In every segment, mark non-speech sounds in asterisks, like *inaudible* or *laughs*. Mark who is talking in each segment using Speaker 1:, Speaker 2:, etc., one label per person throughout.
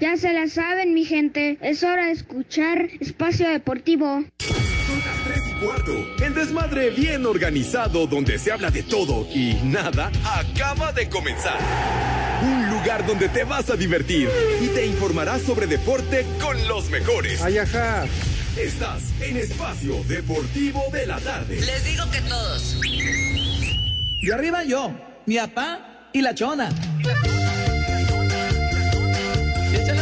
Speaker 1: Ya se la saben, mi gente. Es hora de escuchar Espacio Deportivo.
Speaker 2: Tres y cuarto, el desmadre bien organizado donde se habla de todo y nada acaba de comenzar. Un lugar donde te vas a divertir y te informarás sobre deporte con los mejores.
Speaker 3: Ayaja.
Speaker 2: Estás en Espacio Deportivo de la Tarde.
Speaker 4: Les digo que todos.
Speaker 5: Yo arriba yo, Oh, mi papá y la chona. Échale,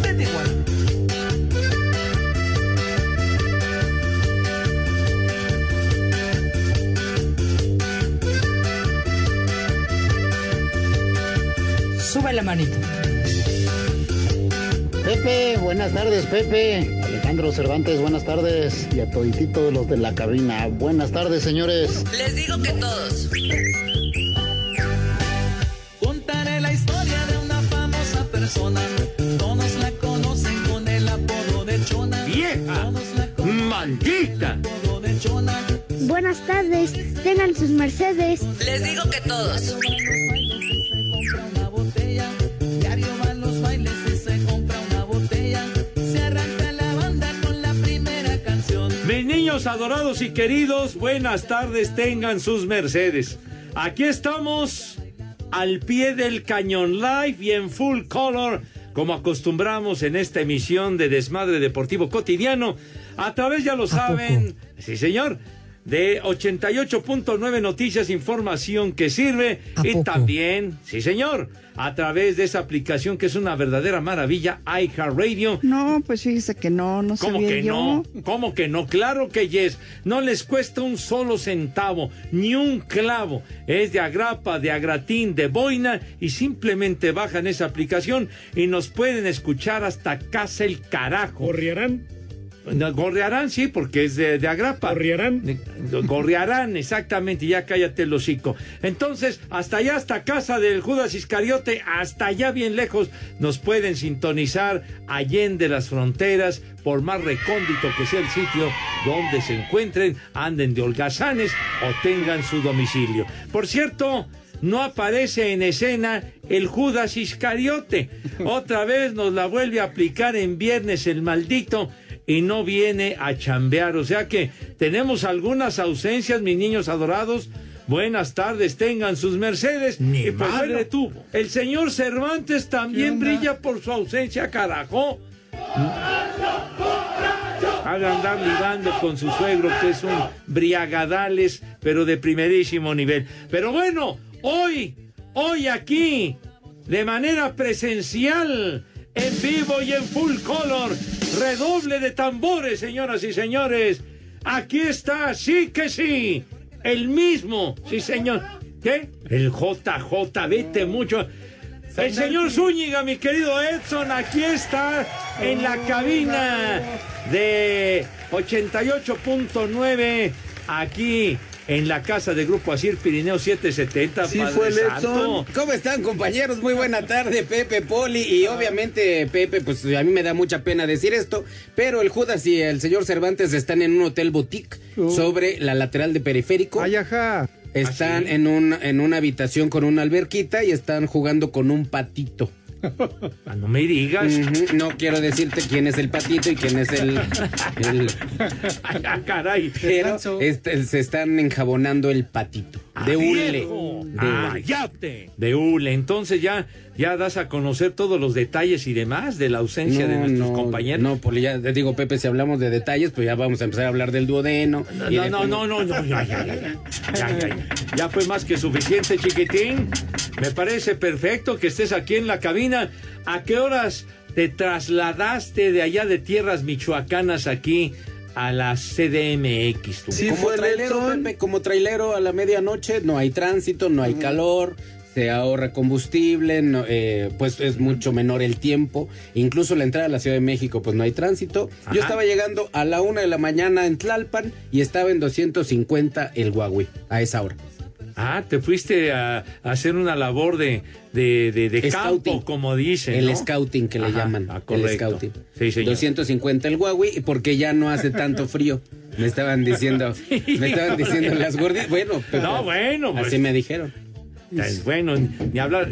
Speaker 5: primo. Vete, Juan. Sube la manita.
Speaker 3: Pepe, buenas tardes, Pepe. Alejandro Cervantes, buenas tardes. Y a todititos los de la cabina, buenas tardes, señores.
Speaker 4: Les digo que todos.
Speaker 5: Contaré la historia de una famosa persona. Todos la conocen con el apodo de Chona.
Speaker 6: ¡Vieja!
Speaker 5: Todos la conocen
Speaker 6: ¡Maldita!
Speaker 5: con el apodo de Chona.
Speaker 1: Buenas tardes, tengan sus mercedes.
Speaker 4: Les digo que todos.
Speaker 5: Se compra una botella. Diario va a los bailes y se compra una botella. Se arranca la banda con la primera canción.
Speaker 6: Mis niños adorados y queridos, buenas tardes, tengan sus mercedes. Aquí estamos al pie del cañón live y en full color, como acostumbramos en esta emisión de Desmadre Deportivo Cotidiano, a través, ya lo saben, sí señor, de 88.9 Noticias, información que sirve, y también, sí señor, a través de esa aplicación que es una verdadera maravilla, iHeartRadio,
Speaker 7: No, pues fíjese que no, no
Speaker 6: ¿Cómo
Speaker 7: sabía
Speaker 6: que
Speaker 7: yo.
Speaker 6: no? ¿Cómo que no? Claro que yes. No les cuesta un solo centavo, ni un clavo. Es de agrapa, de agratín, de boina y simplemente bajan esa aplicación y nos pueden escuchar hasta casa el carajo.
Speaker 8: ¿Correrán?
Speaker 6: No, Gorrearán, sí, porque es de, de agrapa.
Speaker 8: ¿Gorrearán?
Speaker 6: De- Gorrearán, exactamente, ya cállate el hocico. Entonces, hasta allá, hasta casa del Judas Iscariote, hasta allá bien lejos, nos pueden sintonizar allende las fronteras, por más recóndito que sea el sitio donde se encuentren, anden de holgazanes o tengan su domicilio. Por cierto, no aparece en escena el Judas Iscariote. Otra vez nos la vuelve a aplicar en viernes el maldito y no viene a chambear. O sea que tenemos algunas ausencias, mis niños adorados. Buenas tardes, tengan sus mercedes.
Speaker 8: Ni
Speaker 6: y pues
Speaker 8: malo.
Speaker 6: vele tú, el señor Cervantes también brilla por su ausencia, carajo. Haga andar libando con su suegro, que es un briagadales, pero de primerísimo nivel. Pero bueno, hoy, hoy aquí, de manera presencial, en vivo y en full color, redoble de tambores, señoras y señores. Aquí está, sí que sí, el mismo, sí señor. ¿Qué? El JJ, vete mucho. El señor Zúñiga, mi querido Edson, aquí está en la cabina de 88.9, aquí en la casa de Grupo Asir Pirineo 770.
Speaker 9: Sí
Speaker 6: Padre
Speaker 9: fue el
Speaker 6: Santo.
Speaker 9: Edson. ¿Cómo están compañeros? Muy buena tarde, Pepe, Poli y obviamente Pepe, pues a mí me da mucha pena decir esto, pero el Judas y el señor Cervantes están en un hotel boutique
Speaker 7: Oh.
Speaker 9: sobre la lateral de periférico.
Speaker 7: Ayaja.
Speaker 9: Están
Speaker 6: ¿Ah, sí?
Speaker 9: en, un, en una habitación con una alberquita y están jugando con un patito.
Speaker 6: Ah, no me digas.
Speaker 9: Ujú, No quiero decirte quién es el patito y quién es el... el-
Speaker 6: Ay, *laughs* ah, caray.
Speaker 9: pero este, se están enjabonando el patito. De
Speaker 6: Ah,
Speaker 9: hule.
Speaker 6: viejo.
Speaker 9: De
Speaker 6: Ah,
Speaker 9: hule.
Speaker 6: ya te. De hule. Entonces ya, ya das a conocer todos los detalles y demás de la ausencia de nuestros compañeros.
Speaker 9: No, Poli, ya te digo, Pepe, si hablamos de detalles, pues ya vamos a empezar a hablar del duodeno.
Speaker 6: No,
Speaker 9: y
Speaker 6: no,
Speaker 9: de-
Speaker 6: no, no, no, no, ya, ya, ya, ya, ya, ya, ya. Ya fue más que suficiente, chiquitín. Me parece perfecto que estés aquí en la cabina. ¿A qué horas te trasladaste de allá de tierras michoacanas aquí a la CDMX? tú?
Speaker 9: Como trailero, Pepe, como trailero a la medianoche, no hay tránsito, no hay calor. se ahorra combustible, no, eh, pues es mucho menor el tiempo. Incluso la entrada a la Ciudad de México, pues no hay tránsito.
Speaker 6: Ajá.
Speaker 9: Yo estaba llegando a la una de la mañana en Tlalpan y estaba en 250 el Huawei a esa hora.
Speaker 6: Ah, te fuiste a, a hacer una labor de, de, de- de
Speaker 9: Scouting.
Speaker 6: campo, como dicen.
Speaker 9: El
Speaker 6: ¿no?
Speaker 9: scouting que le
Speaker 6: Ajá,
Speaker 9: llaman.
Speaker 6: ah,
Speaker 9: el
Speaker 6: correcto.
Speaker 9: scouting.
Speaker 6: Sí, señor.
Speaker 9: 250 el Huawei porque ya no hace
Speaker 6: *laughs*
Speaker 9: tanto frío. Me estaban diciendo, me estaban diciendo las gorditas. Bueno, pero-
Speaker 6: No, bueno, pues.
Speaker 9: así me dijeron.
Speaker 6: Eh, Bueno, ni hablar.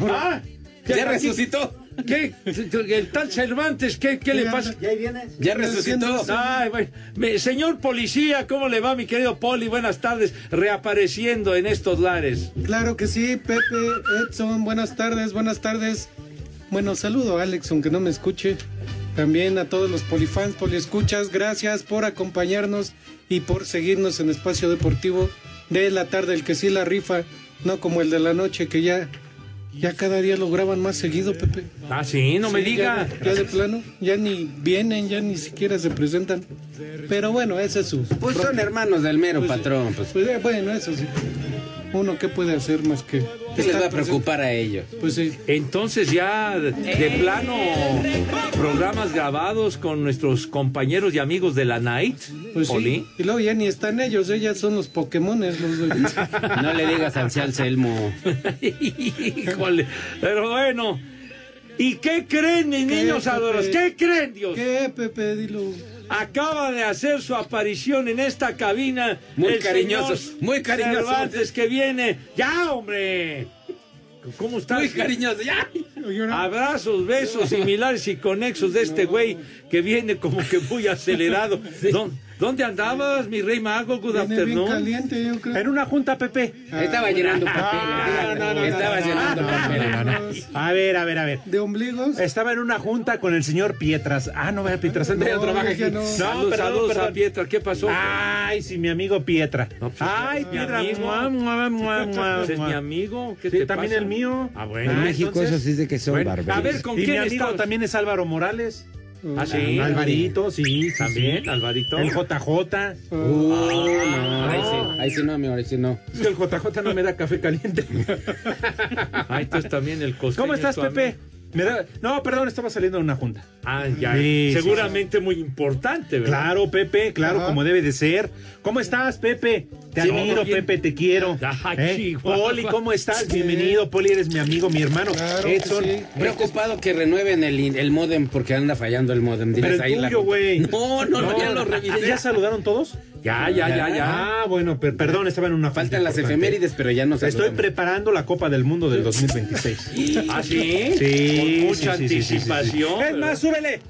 Speaker 6: ¡Ah!
Speaker 9: Ya resucitó.
Speaker 6: ¿Qué? El tal Cervantes, ¿qué, qué le pasa?
Speaker 10: ¿Ya ahí vienes?
Speaker 9: Ya resucitó.
Speaker 6: Ay, bueno. Me- señor policía, ¿cómo le va, mi querido Poli? Buenas tardes, reapareciendo en estos lares.
Speaker 10: Claro que sí, Pepe, Edson, buenas tardes, buenas tardes. Bueno, saludo a Alex, aunque no me escuche. También a todos los polifans, poliescuchas, gracias por acompañarnos y por seguirnos en Espacio Deportivo de la tarde, el que sí la rifa, no como el de la noche, que ya, ya cada día lo graban más seguido, Pepe.
Speaker 6: Ah, sí, no me
Speaker 10: Sí,
Speaker 6: diga.
Speaker 10: Ya, ya de plano, ya ni vienen, ya ni siquiera se presentan. Pero bueno, ese es su...
Speaker 9: Pues son hermanos del mero
Speaker 10: Pues sí.
Speaker 9: patrón. Pues,
Speaker 10: Pues, eh, bueno, eso sí. Uno, ¿qué puede hacer más que.?
Speaker 9: ¿Qué les
Speaker 10: estar
Speaker 9: va a
Speaker 10: presente?
Speaker 9: preocupar a ellos?
Speaker 10: Pues sí.
Speaker 6: Entonces ya de- de plano programas grabados con nuestros compañeros y amigos de la Night,
Speaker 10: Pues
Speaker 6: Poli.
Speaker 10: sí. Y luego ya ni están ellos, ellas son los Pokémones. Los
Speaker 6: *laughs*
Speaker 10: de-
Speaker 9: No le digas al Cial Selmo.
Speaker 6: Híjole, pero bueno. ¿Y qué creen, mis
Speaker 10: ¿Qué,
Speaker 6: niños
Speaker 10: Pepe?
Speaker 6: adorados? ¿Qué creen, Dios?
Speaker 10: ¿Qué, Pepe? Dilo.
Speaker 6: Acaba de hacer su aparición en esta cabina.
Speaker 9: Muy
Speaker 6: el
Speaker 9: cariñosos,
Speaker 6: señor
Speaker 9: muy cariñosos.
Speaker 6: Cervantes que viene. ¡Ya, hombre! ¿Cómo estás?
Speaker 9: Muy cariñoso. ya.
Speaker 6: Abrazos, besos similares y conexos de este güey que viene como que
Speaker 10: *laughs*
Speaker 6: muy acelerado. ¿Dó- ¿Dónde andabas, mi rey mago? Good
Speaker 10: Viene bien
Speaker 6: afternoon.
Speaker 10: caliente, yo creo.
Speaker 11: En una junta, Pepe.
Speaker 6: Ah,
Speaker 9: Estaba llenando papel. Estaba llenando papel.
Speaker 11: A ver, a ver, a ver.
Speaker 10: ¿De ombligos?
Speaker 11: Estaba en una junta con el señor Pietras. Ah, no, vea, Pietras.
Speaker 10: No,
Speaker 11: Antes trabaja
Speaker 10: ya
Speaker 11: aquí.
Speaker 10: no.
Speaker 6: Saludos,
Speaker 11: perdón,
Speaker 6: saludos a
Speaker 11: perdón.
Speaker 6: Pietra. ¿Qué pasó?
Speaker 9: Ah,
Speaker 11: Ah, Ay, sí, mi amigo Pietra.
Speaker 6: No, pues,
Speaker 11: Ay,
Speaker 6: mi
Speaker 11: Pietra.
Speaker 6: amigo.
Speaker 11: mua,
Speaker 6: *laughs*
Speaker 11: mua, mua, mua,
Speaker 6: Ese es mi
Speaker 11: mua.
Speaker 6: amigo. ¿Qué
Speaker 11: Sí,
Speaker 6: te
Speaker 11: también
Speaker 6: pasa?
Speaker 11: el mío.
Speaker 6: Ah, bueno.
Speaker 11: Ah,
Speaker 6: México, eso sí es de que son A ver, ¿con
Speaker 11: y mi
Speaker 6: quién
Speaker 11: amigo
Speaker 6: estabas?
Speaker 11: también es Álvaro Morales.
Speaker 6: Ah, sí.
Speaker 11: Alvarito, sí, sí, sí.
Speaker 6: También, Alvarito. Ah,
Speaker 11: El JJ.
Speaker 9: Uy, no, ahí sí, ahí sí no, amigo, ahí sí no.
Speaker 11: Es que el JJ no me da café caliente.
Speaker 6: Ah, entonces también el costeño.
Speaker 11: ¿Cómo estás,
Speaker 6: tu amigo.
Speaker 11: Pepe? Me da- No, perdón, estaba saliendo de una junta.
Speaker 6: Ah, ya.
Speaker 11: Sí, sí,
Speaker 6: Seguramente muy importante, ¿verdad?
Speaker 11: Claro, Pepe, claro,
Speaker 10: Ajá.
Speaker 11: como debe de ser. ¿Cómo estás, Pepe? Te
Speaker 6: Sí,
Speaker 11: admiro,
Speaker 6: bien.
Speaker 11: Pepe, te quiero.
Speaker 6: Ah,
Speaker 11: ¿Eh?
Speaker 6: Chihuahua.
Speaker 11: Poli, ¿cómo estás? Bienvenido, Poli, eres mi amigo, mi hermano.
Speaker 10: Claro que
Speaker 11: Edson.
Speaker 10: sí.
Speaker 6: este
Speaker 9: Preocupado que renueven el, in- el modem porque anda fallando el modem.
Speaker 11: Pero
Speaker 9: Diles
Speaker 11: el
Speaker 9: ahí la
Speaker 11: tuyo,
Speaker 9: junta.
Speaker 11: güey.
Speaker 9: No, no, no, ya lo revisé.
Speaker 11: ¿Ya saludaron todos?
Speaker 6: Ya, ya, ya, ya.
Speaker 11: Ah, bueno, per- perdón, estaba en una
Speaker 9: Faltan las
Speaker 11: importante.
Speaker 9: efemérides, pero ya no se
Speaker 11: Estoy preparando la Copa del Mundo del 2026.
Speaker 6: ¿Ah, sí?
Speaker 11: Sí,
Speaker 6: Con mucha
Speaker 11: sí, sí, sí, sí, sí.
Speaker 6: anticipación.
Speaker 11: Es más, súbele.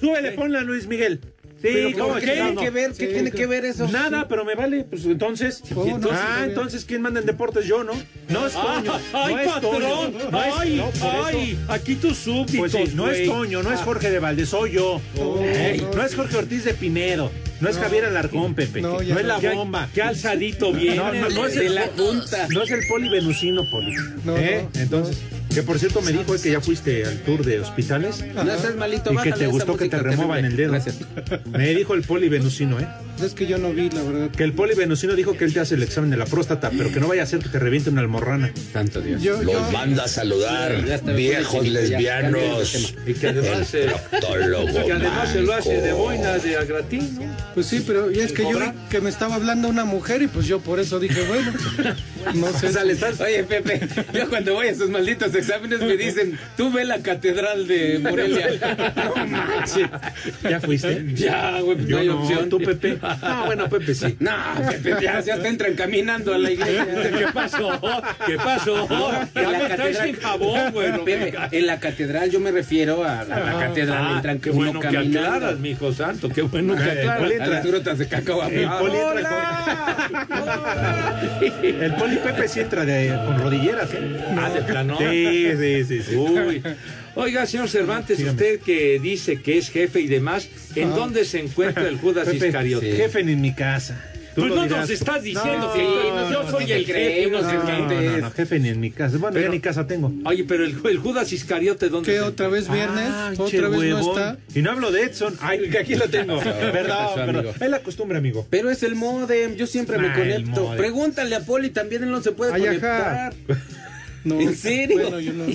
Speaker 11: Súbele, ponla Luis Miguel.
Speaker 6: Pero
Speaker 11: Sí, ¿cómo
Speaker 6: ¿por
Speaker 11: que
Speaker 6: qué?
Speaker 11: no, no?
Speaker 9: ¿Qué ver? ¿Qué
Speaker 10: Sí,
Speaker 9: tiene
Speaker 10: sí.
Speaker 9: que ver eso?
Speaker 11: Nada, pero me vale. Pues entonces.
Speaker 10: Oh, no, sí,
Speaker 11: ah,
Speaker 10: está bien.
Speaker 11: entonces, ¿quién manda en deportes? Yo, ¿no? No es Toño.
Speaker 6: ¡Ay,
Speaker 11: no es
Speaker 6: patrón!
Speaker 11: Toño, no es-
Speaker 6: ¡Ay,
Speaker 11: no, por eso.
Speaker 6: ay! Aquí tus súbditos,
Speaker 11: Pues sí, no
Speaker 6: güey.
Speaker 11: es Toño, no es Jorge de Valdés, soy yo. ¿Eh?
Speaker 10: no,
Speaker 11: No es Jorge Ortiz de Pinedo. No es Javier Alarcón, Pepe. No,
Speaker 10: no, ya
Speaker 11: es la
Speaker 10: no.
Speaker 6: ¿Qué,
Speaker 11: bomba.
Speaker 6: qué alzadito viene?
Speaker 11: No, no, no es
Speaker 9: De
Speaker 11: el,
Speaker 9: la junta.
Speaker 11: no es el poli venucino, poli.
Speaker 10: No,
Speaker 11: ¿Eh?
Speaker 10: no,
Speaker 11: Entonces, que por cierto me dijo eh, que ya fuiste al tour de hospitales.
Speaker 9: No estás malito,
Speaker 11: Y que
Speaker 9: bájale
Speaker 11: te
Speaker 9: esa
Speaker 11: gustó que
Speaker 9: música
Speaker 11: te remuevan
Speaker 9: terrible.
Speaker 11: el dedo.
Speaker 9: Gracias.
Speaker 11: Me dijo el poli venucino, ¿eh?
Speaker 10: Es que yo no vi, la verdad.
Speaker 11: Que el poli venucino dijo que él te hace el examen de la próstata, pero que no vaya a ser que te reviente una almorrana.
Speaker 9: Santo Dios.
Speaker 10: Yo, yo,
Speaker 12: manda a saludar
Speaker 9: Ya está,
Speaker 12: viejos
Speaker 9: ya, ya,
Speaker 12: lesbianos.
Speaker 9: cambia
Speaker 6: Y que además, se,
Speaker 12: El proctólogo
Speaker 6: que además se lo hace de
Speaker 12: manco.
Speaker 6: boina de agratín, ¿no?
Speaker 10: pues sí, pero es que yo vi que me estaba hablando una mujer y pues yo por eso dije, bueno, no sé.
Speaker 9: O sea, le estás- Oye, Pepe, yo cuando voy a esos malditos exámenes me dicen, tú ve la catedral de Morelia. no manches.
Speaker 11: ¿Ya fuiste?
Speaker 9: Ya, güey, pues, no
Speaker 11: Yo
Speaker 9: hay
Speaker 11: no,
Speaker 9: opción.
Speaker 11: tú,
Speaker 9: *laughs*
Speaker 11: Pepe. Ah, bueno, Pepe sí.
Speaker 9: No, Pepe, ya, ya te entran caminando a la iglesia.
Speaker 5: *laughs*
Speaker 6: ¿Qué pasó? ¿Qué pasó? Ya me traes en jabón, güey. no
Speaker 9: Pepe,
Speaker 6: venga.
Speaker 9: en la catedral yo me refiero a, a la catedral,
Speaker 6: Ah,
Speaker 9: entran
Speaker 6: qué
Speaker 9: uno
Speaker 6: bueno que
Speaker 9: caminando.
Speaker 6: aclaras, mijo santo. Qué bueno que
Speaker 11: Eh,
Speaker 6: aclaras.
Speaker 11: Poli
Speaker 9: A las
Speaker 11: entra-
Speaker 9: frutas de cacao
Speaker 11: El
Speaker 9: amigo.
Speaker 11: poli, entra con- el poli Pepe sí entra de- con rodilleras. ¿eh?
Speaker 6: Ah, de plano.
Speaker 11: Sí, sí, sí. sí.
Speaker 6: Uy. Oiga, señor Cervantes, usted que dice que es jefe y demás, ¿en dónde se encuentra el Judas
Speaker 11: Ah. Pepe,
Speaker 6: Iscariote?
Speaker 11: jefe en mi casa. Tú
Speaker 6: Pues
Speaker 11: lo
Speaker 6: no
Speaker 11: dirás.
Speaker 6: nos estás diciendo
Speaker 11: No,
Speaker 6: que
Speaker 11: no,
Speaker 6: yo
Speaker 11: no,
Speaker 6: soy
Speaker 11: no
Speaker 6: el
Speaker 11: te
Speaker 6: jefe. y No, sé
Speaker 11: creemos,
Speaker 6: qué.
Speaker 11: no, no, no, jefe, ni en mi casa. Bueno,
Speaker 6: Pero-
Speaker 11: yo ni
Speaker 6: *laughs*
Speaker 11: casa tengo.
Speaker 6: Oye, pero el, el Judas Iscariote, ¿dónde
Speaker 11: ¿Qué,
Speaker 6: se-
Speaker 11: otra vez
Speaker 10: viernes?
Speaker 11: Pinche
Speaker 10: ¿Otra vez no
Speaker 11: Ah, huevón.
Speaker 10: está?
Speaker 11: Y no hablo de Edson. Ay, que aquí lo tengo.
Speaker 9: ¿Qué pasó,
Speaker 11: *laughs* perdón, perdón. *laughs*
Speaker 9: amigo?
Speaker 11: Es la costumbre, amigo.
Speaker 9: Pero es el modem, yo siempre me
Speaker 11: Ah, el
Speaker 9: conecto.
Speaker 11: modem.
Speaker 9: Pregúntale a Poli, también él no se puede
Speaker 10: Ay, ajá.
Speaker 9: conectar.
Speaker 10: No,
Speaker 9: ¿En serio?
Speaker 10: Bueno, yo no.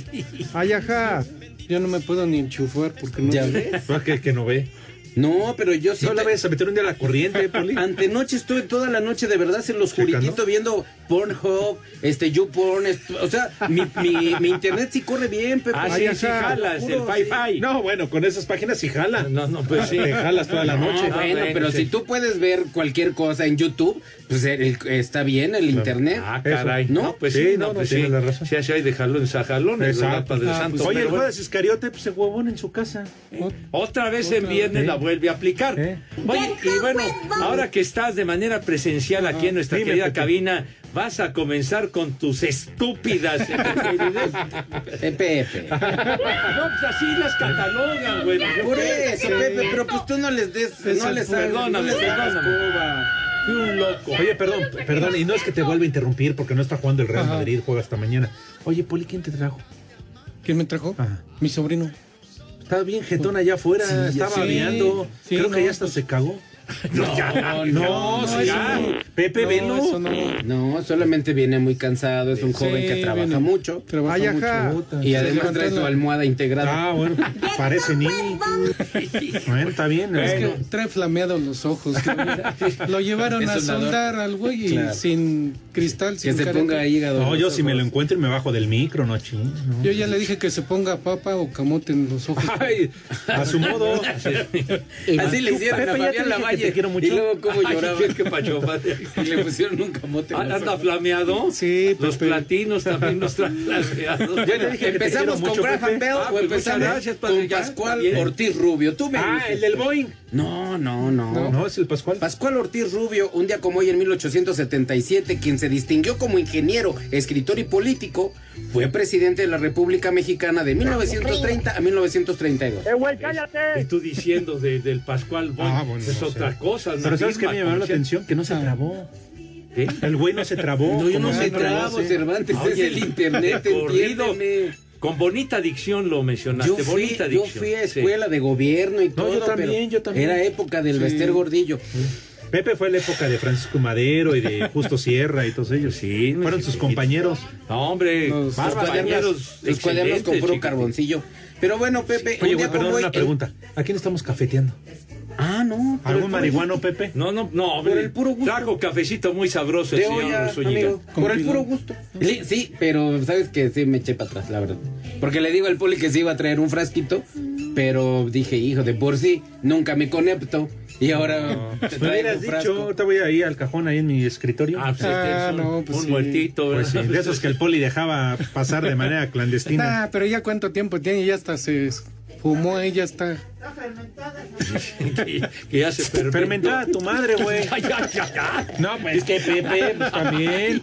Speaker 10: Ay, ajá. Yo no me puedo ni enchufar porque no.
Speaker 9: ¿Ya ves?
Speaker 11: Pues que, que no ve.
Speaker 9: No, pero yo sí.
Speaker 11: No la vayas a meter un día a la
Speaker 9: *laughs*
Speaker 11: corriente, Poli.
Speaker 9: Antenoche estuve toda la noche, de verdad, se los
Speaker 11: Checando.
Speaker 9: juriquito viendo Pornhub, este, YouPorn. est- O sea, mi, mi- mi internet sí corre bien, Pepe.
Speaker 6: Ah,
Speaker 11: Ay,
Speaker 6: sí, sí,
Speaker 11: ajá.
Speaker 6: jalas, el
Speaker 11: Puro, sí.
Speaker 6: Fi-Fi.
Speaker 11: No, bueno, con esas páginas sí jala.
Speaker 6: No, no,
Speaker 9: Ah,
Speaker 6: pues sí.
Speaker 11: Te jalas toda la
Speaker 9: No,
Speaker 11: noche.
Speaker 9: bueno,
Speaker 10: Ah,
Speaker 9: pero si tú puedes ver cualquier cosa en YouTube, pues el- está bien el internet.
Speaker 6: Ah, caray.
Speaker 9: ¿No?
Speaker 6: No, pues sí,
Speaker 11: Sí,
Speaker 6: no,
Speaker 11: no, no,
Speaker 6: pues sí.
Speaker 11: tienes la razón.
Speaker 6: Sí, sí hay de jalones a jalones, ¿verdad? Padre
Speaker 11: Ah,
Speaker 6: Santo.
Speaker 11: pues, Oye,
Speaker 6: Pero
Speaker 11: el
Speaker 6: bueno,
Speaker 11: Judas Iscariote, pues se huevón en su casa.
Speaker 6: Otra vez en viernes
Speaker 11: vez.
Speaker 6: la vuelve a aplicar. Oye, y bueno, ahora que estás de manera presencial aquí en nuestra
Speaker 11: Dime,
Speaker 6: querida
Speaker 11: Pepe.
Speaker 6: cabina, vas a comenzar con tus estúpidas. efemérides.
Speaker 9: *laughs* Pepe, Pepe.
Speaker 6: no, pues así las catalogan, güey.
Speaker 9: Por eso, Pepe, pero pues tú no les des, no les hagas- no
Speaker 6: Perdóname,
Speaker 9: les hagas
Speaker 6: perdóname.
Speaker 9: coba.
Speaker 6: Fui un loco.
Speaker 11: Oye, perdón, perdón, y no es que te vuelva a interrumpir porque no está jugando el Real Madrid, juega hasta mañana. Oye, Poli, ¿quién te trajo?
Speaker 10: ¿Quién me trajo?
Speaker 11: Ajá.
Speaker 10: Mi sobrino.
Speaker 11: Estaba bien jetón allá afuera,
Speaker 10: Sí, ya
Speaker 11: estaba
Speaker 10: sé.
Speaker 11: babeando.
Speaker 10: Sí,
Speaker 11: Creo
Speaker 10: no, pues.
Speaker 11: que ya hasta se cagó. *laughs*
Speaker 6: No, ya,
Speaker 11: No,
Speaker 6: no,
Speaker 11: sí,
Speaker 6: ya.
Speaker 11: no. Pepe,
Speaker 10: No,
Speaker 11: velo.
Speaker 10: eso no.
Speaker 9: No, solamente viene muy cansado, es un joven que
Speaker 10: Sí,
Speaker 9: trabaja
Speaker 10: viene-
Speaker 9: mucho
Speaker 10: Trabaja
Speaker 11: Ay,
Speaker 10: mucho.
Speaker 11: ajá. Puta.
Speaker 9: y
Speaker 10: Se
Speaker 9: además
Speaker 10: levantó
Speaker 9: trae
Speaker 10: en
Speaker 9: su
Speaker 10: la-
Speaker 9: almohada integrada. *laughs*
Speaker 11: Ah, bueno, parece niño. Bueno, está bien.
Speaker 10: Es que
Speaker 11: ¿no?
Speaker 10: trae flameados los ojos. Lo, lo llevaron
Speaker 9: Es
Speaker 10: a
Speaker 9: soldador.
Speaker 10: soldar al güey y
Speaker 9: Claro.
Speaker 10: sin cristal,
Speaker 9: que
Speaker 10: sin
Speaker 9: se
Speaker 10: careta.
Speaker 9: ponga ahí hígado.
Speaker 11: No,
Speaker 9: en
Speaker 11: yo
Speaker 9: los
Speaker 11: si me lo
Speaker 9: ojos.
Speaker 11: encuentro y me bajo del micro, no ching. no.
Speaker 10: Yo ya le dije que se ponga papa o camote en los
Speaker 9: *laughs*
Speaker 10: ojos.
Speaker 11: Ay, a su modo.
Speaker 9: Así le hicieron
Speaker 11: Pepe,
Speaker 9: a Fabián
Speaker 11: ya te dije que
Speaker 9: Lavalle.
Speaker 11: te quiero mucho.
Speaker 9: Y luego cómo
Speaker 6: *laughs* Ay,
Speaker 9: lloraba.
Speaker 6: qué pacho, padre.
Speaker 9: *laughs*
Speaker 6: Ah,
Speaker 9: y le pusieron un camote. en los
Speaker 6: ¿Anda
Speaker 9: ojos.
Speaker 6: flameado?
Speaker 10: Sí,
Speaker 6: Los
Speaker 10: Pepe.
Speaker 6: platinos también nos traen flameados.
Speaker 11: Ya te dije que te quiero
Speaker 9: Empezamos con
Speaker 11: mucho,
Speaker 9: Graham
Speaker 11: Pepe.
Speaker 9: Bell
Speaker 6: Ah,
Speaker 9: o
Speaker 6: pues, muchas
Speaker 9: empezamos
Speaker 6: gracias, padre,
Speaker 9: con
Speaker 6: ya,
Speaker 9: Pascual
Speaker 6: está bien.
Speaker 9: Ortiz Rubio. Tú me
Speaker 11: Ah,
Speaker 9: dijiste.
Speaker 11: el del Boeing.
Speaker 9: No, no, no.
Speaker 11: No, es el Pascual.
Speaker 9: Pascual Ortiz Rubio, un día como hoy en 1877, quien se distinguió como ingeniero, escritor y político, fue presidente de la República Mexicana de 1930 a 1932.
Speaker 6: Y tú diciendo de- del Pascual Boy,
Speaker 11: Ah, bueno,
Speaker 6: es
Speaker 11: no
Speaker 6: otra
Speaker 11: sé.
Speaker 6: cosa. una
Speaker 11: Pero ¿sabes qué
Speaker 6: firma
Speaker 11: me llamó la
Speaker 6: comercial.
Speaker 11: atención? Que
Speaker 10: Ah.
Speaker 11: no se trabó.
Speaker 6: ¿Qué?
Speaker 11: El güey no se trabó.
Speaker 9: No, yo
Speaker 11: como
Speaker 9: no me
Speaker 11: siempre lo
Speaker 9: trabo,
Speaker 11: hace.
Speaker 9: Cervantes, es
Speaker 6: Oye,
Speaker 9: el *laughs* internet,
Speaker 6: corrido.
Speaker 9: entiéndeme.
Speaker 6: Con bonita dicción lo mencionaste.
Speaker 9: Yo fui,
Speaker 6: bonita
Speaker 9: yo
Speaker 6: dicción.
Speaker 9: fui a
Speaker 6: Sí.
Speaker 9: escuela de gobierno y todo,
Speaker 11: yo también,
Speaker 9: pero
Speaker 11: yo también.
Speaker 9: era época del Bester Gordillo.
Speaker 11: Pepe fue la época de Francisco Madero y de
Speaker 9: *laughs*
Speaker 11: Justo Sierra y todos ellos.
Speaker 6: Sí,
Speaker 11: Fueron
Speaker 6: sí,
Speaker 11: sus
Speaker 6: sí.
Speaker 11: compañeros.
Speaker 6: No, hombre,
Speaker 10: Los-
Speaker 9: Los cuadernos,
Speaker 6: compañeros.
Speaker 9: los cuadernos con puro
Speaker 6: excelentes, chiquitín.
Speaker 9: carboncillo. Pero bueno, Pepe,
Speaker 11: Oye,
Speaker 9: un día
Speaker 11: güey, perdón,
Speaker 9: como hoy,
Speaker 11: una
Speaker 9: el-
Speaker 11: pregunta. ¿A quién estamos cafeteando?
Speaker 9: Ah, no. pero
Speaker 11: ¿Algún
Speaker 9: el- *laughs*
Speaker 11: marihuano, Pepe?
Speaker 6: No, no, no,
Speaker 9: Por
Speaker 6: hombre.
Speaker 9: el puro gusto.
Speaker 6: Trajo cafecito muy sabroso el
Speaker 9: De
Speaker 6: señor
Speaker 9: olla,
Speaker 6: Zúñiga.
Speaker 9: amigo,
Speaker 10: Con
Speaker 9: por el
Speaker 10: pido.
Speaker 9: puro gusto. Sí, sí, pero sabes que sí me eché para atrás, la verdad. Porque le digo al poli que se iba a traer un frasquito, pero dije, hijo, de por sí, nunca me conecto. Y ahora te
Speaker 11: Me
Speaker 9: traigo
Speaker 11: hubieras
Speaker 9: un
Speaker 11: dicho,
Speaker 9: frasco.
Speaker 11: ahorita voy ahí al cajón, ahí en mi escritorio.
Speaker 6: Ah, pues,
Speaker 10: Ah,
Speaker 6: este, un-
Speaker 10: no, pues
Speaker 6: un
Speaker 10: sí.
Speaker 6: muertito,
Speaker 11: Pues sí,
Speaker 6: ¿verdad?
Speaker 11: de esos que el poli dejaba pasar de
Speaker 9: *laughs*
Speaker 11: manera clandestina.
Speaker 10: Ah, pero ya cuánto tiempo tiene, ya hasta se fumó, ella está.
Speaker 6: que, que ya se fermentó.
Speaker 11: Fermentada tu madre, güey.
Speaker 6: Ay, ay, ay, ay.
Speaker 11: No, pues que Pepe, pues también.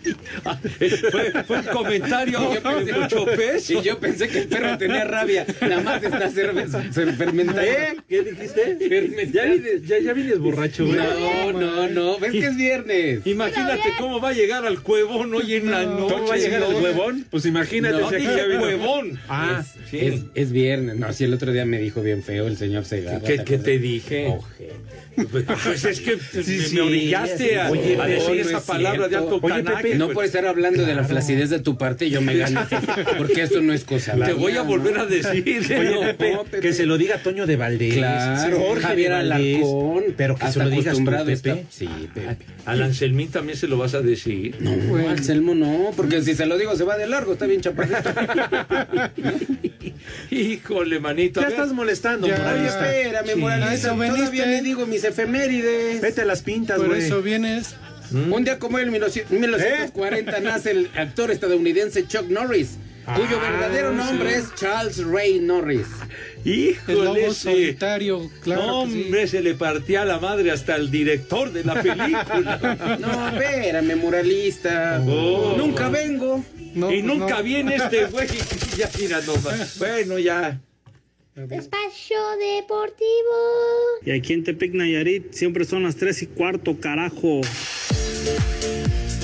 Speaker 6: Fue, fue un comentario
Speaker 9: *laughs* Y yo
Speaker 6: de
Speaker 9: pensé-
Speaker 6: mucho peso.
Speaker 9: Y yo pensé que el perro tenía rabia. Nada más está cerveza, se fermentando.
Speaker 11: ¿Eh? ¿Qué dijiste? Ya
Speaker 9: Fermentada.
Speaker 11: vienes, ya, ya vienes borracho, güey.
Speaker 9: No, no, no, ves que es viernes.
Speaker 6: Imagínate cómo va a llegar al cuevón hoy en la noche.
Speaker 11: ¿Cómo va a llegar el huevón? Pues imagínate
Speaker 6: No,
Speaker 11: si aquí
Speaker 6: dije
Speaker 11: ya vino.
Speaker 6: huevón.
Speaker 11: Ah,
Speaker 6: Sí.
Speaker 9: Es, es viernes. No, si el otro día me dijo bien feo el señor Segarra.
Speaker 6: ¿Qué, qué te
Speaker 9: acuerdas?
Speaker 6: dije?
Speaker 9: Ojete.
Speaker 6: Pues es que me- me,
Speaker 11: sí.
Speaker 6: orillaste a,
Speaker 11: Oye,
Speaker 6: a
Speaker 11: Pepe,
Speaker 6: decir
Speaker 9: no
Speaker 6: esa
Speaker 9: es
Speaker 6: palabra de
Speaker 9: cierto.
Speaker 6: alto
Speaker 11: Oye,
Speaker 6: canaje.
Speaker 11: Pepe,
Speaker 9: No
Speaker 6: pues.
Speaker 9: por estar hablando de la flacidez de tu parte, yo me
Speaker 6: *laughs*
Speaker 9: gano. Porque esto no es cosa.
Speaker 6: Te voy a volver a decir.
Speaker 11: Oye,
Speaker 9: ¿eh? No,
Speaker 11: Pepe,
Speaker 9: Pepe.
Speaker 11: que se lo diga Toño de Valdés.
Speaker 9: Claro,
Speaker 11: Jorge
Speaker 9: Javier
Speaker 11: de Valdés,
Speaker 9: Alarcón.
Speaker 11: Pero que se
Speaker 9: Hasta
Speaker 11: lo digas tú,
Speaker 9: acostumbrado
Speaker 11: Pepe.
Speaker 9: está. Sí, Pepe.
Speaker 6: Al Anselmín también se lo vas a decir.
Speaker 9: No, al Selmo no, porque si se lo digo se va de largo, está bien chaparrito.
Speaker 6: Híjole, manito. a
Speaker 11: Ya
Speaker 6: ver.
Speaker 11: estás molestando,
Speaker 10: Ya.
Speaker 9: Ay,
Speaker 11: moralista.
Speaker 9: espérame,
Speaker 11: Sí.
Speaker 9: moralista,
Speaker 10: A Ah, eso
Speaker 9: Todavía
Speaker 10: veniste.
Speaker 9: le digo mis efemérides. Mm.
Speaker 11: Vete a las pintas,
Speaker 10: Por
Speaker 11: güey.
Speaker 10: eso vienes.
Speaker 9: Un día como hoy, en 19- 1940
Speaker 11: ¿Eh?
Speaker 9: nace el actor estadounidense Chuck Norris, cuyo
Speaker 11: Ah,
Speaker 9: verdadero nombre
Speaker 6: sí.
Speaker 9: es Charles Ray
Speaker 11: *laughs*
Speaker 9: Norris.
Speaker 10: El
Speaker 6: Híjole,
Speaker 10: lobo
Speaker 6: ese-
Speaker 10: solitario, claro.
Speaker 6: No,
Speaker 10: que sí.
Speaker 6: hombre, se le partía la madre hasta el director de la película.
Speaker 9: *laughs* No, espérame, moralista.
Speaker 6: Oh.
Speaker 9: Nunca vengo.
Speaker 10: No,
Speaker 6: y
Speaker 10: pues
Speaker 6: nunca
Speaker 10: no.
Speaker 6: viene
Speaker 10: *laughs*
Speaker 6: este güey. Ya, mira, nomás. Bueno, ya.
Speaker 1: Espacio Deportivo.
Speaker 13: Y aquí en Tepic Nayarit siempre son las tres y cuarto, carajo.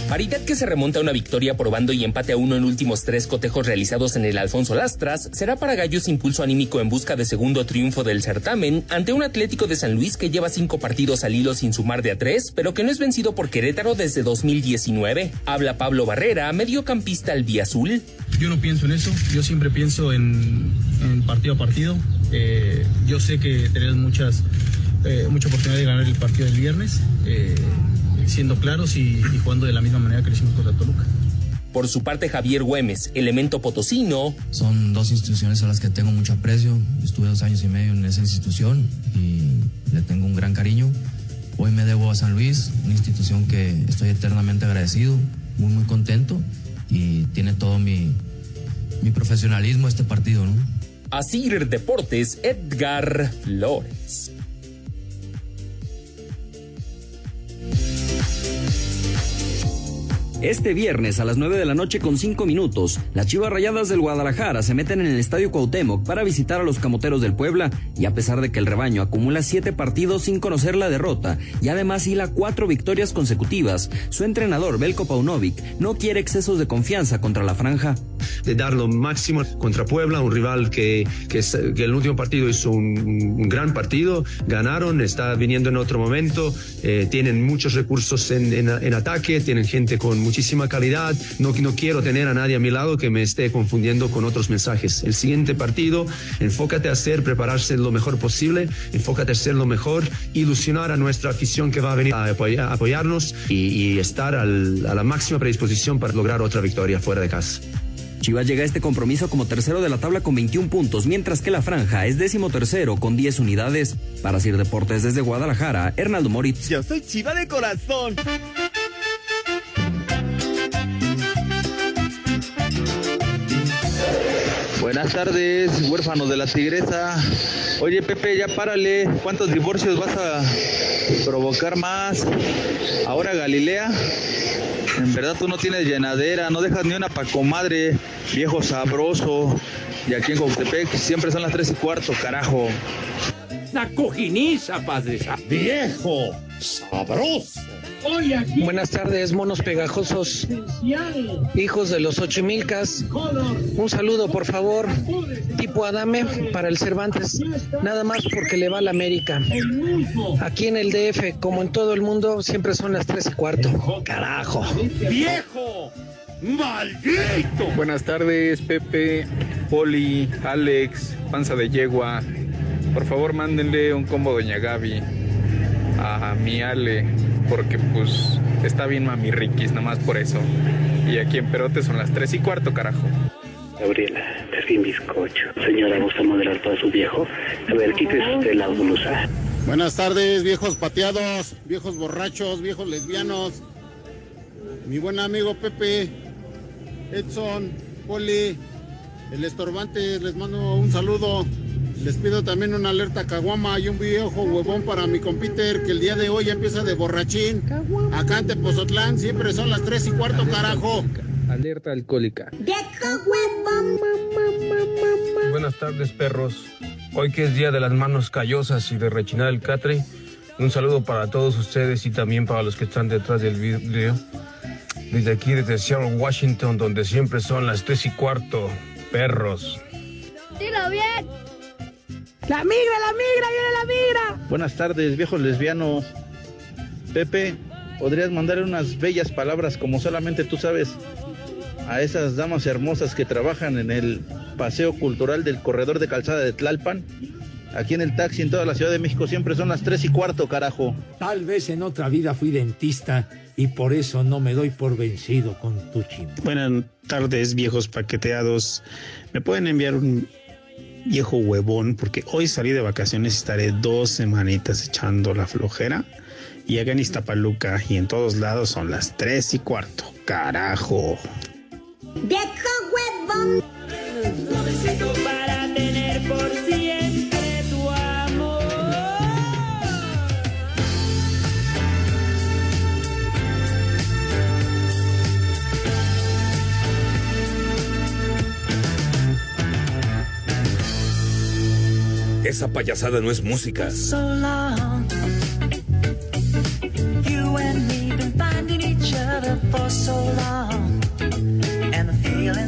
Speaker 14: Paridad que se remonta a una victoria por bando y empate a uno en últimos tres cotejos realizados en el Alfonso Lastras, será para Gallos impulso anímico en busca de segundo triunfo del certamen ante un Atlético de San Luis que lleva cinco partidos al hilo sin sumar de a tres, pero que no es vencido por Querétaro desde 2019. Habla Pablo Barrera, mediocampista albiazul.
Speaker 15: Yo no pienso en eso, yo siempre pienso en, en partido a partido. Eh, yo sé que tenemos muchas, eh, mucha oportunidad de ganar el partido del viernes, eh, siendo claros y, y jugando de la misma manera que lo hicimos contra Toluca.
Speaker 14: Por su parte, Javier Güemes, elemento potosino,
Speaker 16: Son dos instituciones a las que tengo mucho aprecio. Estuve dos años y medio en esa institución y le tengo un gran cariño. Hoy me debo a San Luis, una institución que estoy eternamente agradecido, muy muy contento y tiene todo mi, mi profesionalismo este partido, ¿no?
Speaker 14: Asir Deportes, Edgar Flores.
Speaker 17: Este viernes a las 9 de la noche con 5 minutos, las Chivas Rayadas del Guadalajara se meten en el Estadio Cuauhtémoc para visitar a los Camoteros del Puebla y a pesar de que el rebaño acumula 7 partidos sin conocer la derrota y además hila 4 victorias consecutivas, su entrenador Belko Paunovic no quiere excesos de confianza contra la franja.
Speaker 18: de dar lo máximo contra Puebla, un rival que, que es- que el último partido hizo un, un gran partido, ganaron, está viniendo en otro momento, eh, tienen muchos recursos en, en- en ataque, tienen gente con muchísima calidad, no, no quiero tener a nadie a mi lado que me esté confundiendo con otros mensajes. El siguiente partido, enfócate a hacer, prepararse lo mejor posible, enfócate a hacer lo mejor, ilusionar a nuestra afición que va a venir a, apoy- a apoyarnos y, y estar al- a la máxima predisposición para lograr otra victoria fuera de casa.
Speaker 17: Chivas llega a este compromiso como tercero de la tabla con 21 puntos, mientras que la franja es décimo tercero con 10 unidades. Para Sir Deportes desde Guadalajara, Hernaldo Moritz.
Speaker 2: Yo soy Chiva de corazón.
Speaker 19: Buenas tardes, huérfanos de la tigresa. Oye, Pepe, ya párale. ¿Cuántos divorcios vas a provocar más? Ahora, Galilea. En verdad tú no tienes llenadera, no dejas ni una pa' comadre, viejo sabroso. Y aquí en Coctepec siempre son las tres y cuarto, carajo.
Speaker 6: Una cojiniza, padre. Viejo, sabroso.
Speaker 9: Buenas tardes, monos pegajosos, hijos de los ochimilcas. Un saludo, por favor, tipo Adame para el Cervantes, nada más porque le va a la América. Aquí en el DF, como en todo el mundo, siempre son las tres y cuarto. Carajo.
Speaker 6: Viejo, maldito.
Speaker 10: Buenas tardes, Pepe, Poli, Alex, Panza de Yegua. Por favor, mándenle un combo Doña Gaby a mi Ale, porque pues está bien Mami Riquis, nada más por eso. Y aquí en Perote son las tres y cuarto, carajo.
Speaker 20: Gabriela, serví un bizcocho. Señora, ¿gusta moderar para su viejo? A ver, quítese usted este, la blusa.
Speaker 3: Buenas tardes, viejos pateados, viejos borrachos, viejos lesbianos. Mi buen amigo Pepe, Edson, Poli, el estorbante, les mando un saludo. Les pido también una alerta caguama y un viejo huevón para mi compiter que el día de hoy ya empieza de borrachín. Acá en Tepozotlán siempre son las 3 y cuarto, carajo.
Speaker 10: Alerta alcohólica.
Speaker 21: Buenas tardes, perros. Hoy que es día de las manos callosas y de rechinar el catre, un saludo para todos ustedes y también para los que están detrás del video. Desde aquí, desde Seattle, Washington, donde siempre son las tres y cuarto, perros.
Speaker 1: Dilo bien. La migra, la migra, viene la migra.
Speaker 22: Buenas tardes, viejo lesbiano. Pepe, podrías mandar unas bellas palabras como solamente tú sabes a esas damas hermosas que trabajan en el paseo cultural del corredor de calzada de Tlalpan. Aquí en el taxi en toda la Ciudad de México siempre son las tres y cuarto, carajo.
Speaker 6: Tal vez en otra vida fui dentista y por eso no me doy por vencido con tu chimba.
Speaker 13: Buenas tardes, viejos paqueteados. ¿Me pueden enviar un viejo huevón? Porque hoy salí de vacaciones y estaré dos semanitas echando la flojera. Y acá en Iztapaluca y en todos lados son las tres y cuarto. ¡Carajo!
Speaker 5: Viejo huevón. Suavecito para tener por siempre tu amor.
Speaker 23: Esa payasada no es música.
Speaker 24: So long. You and me been finding each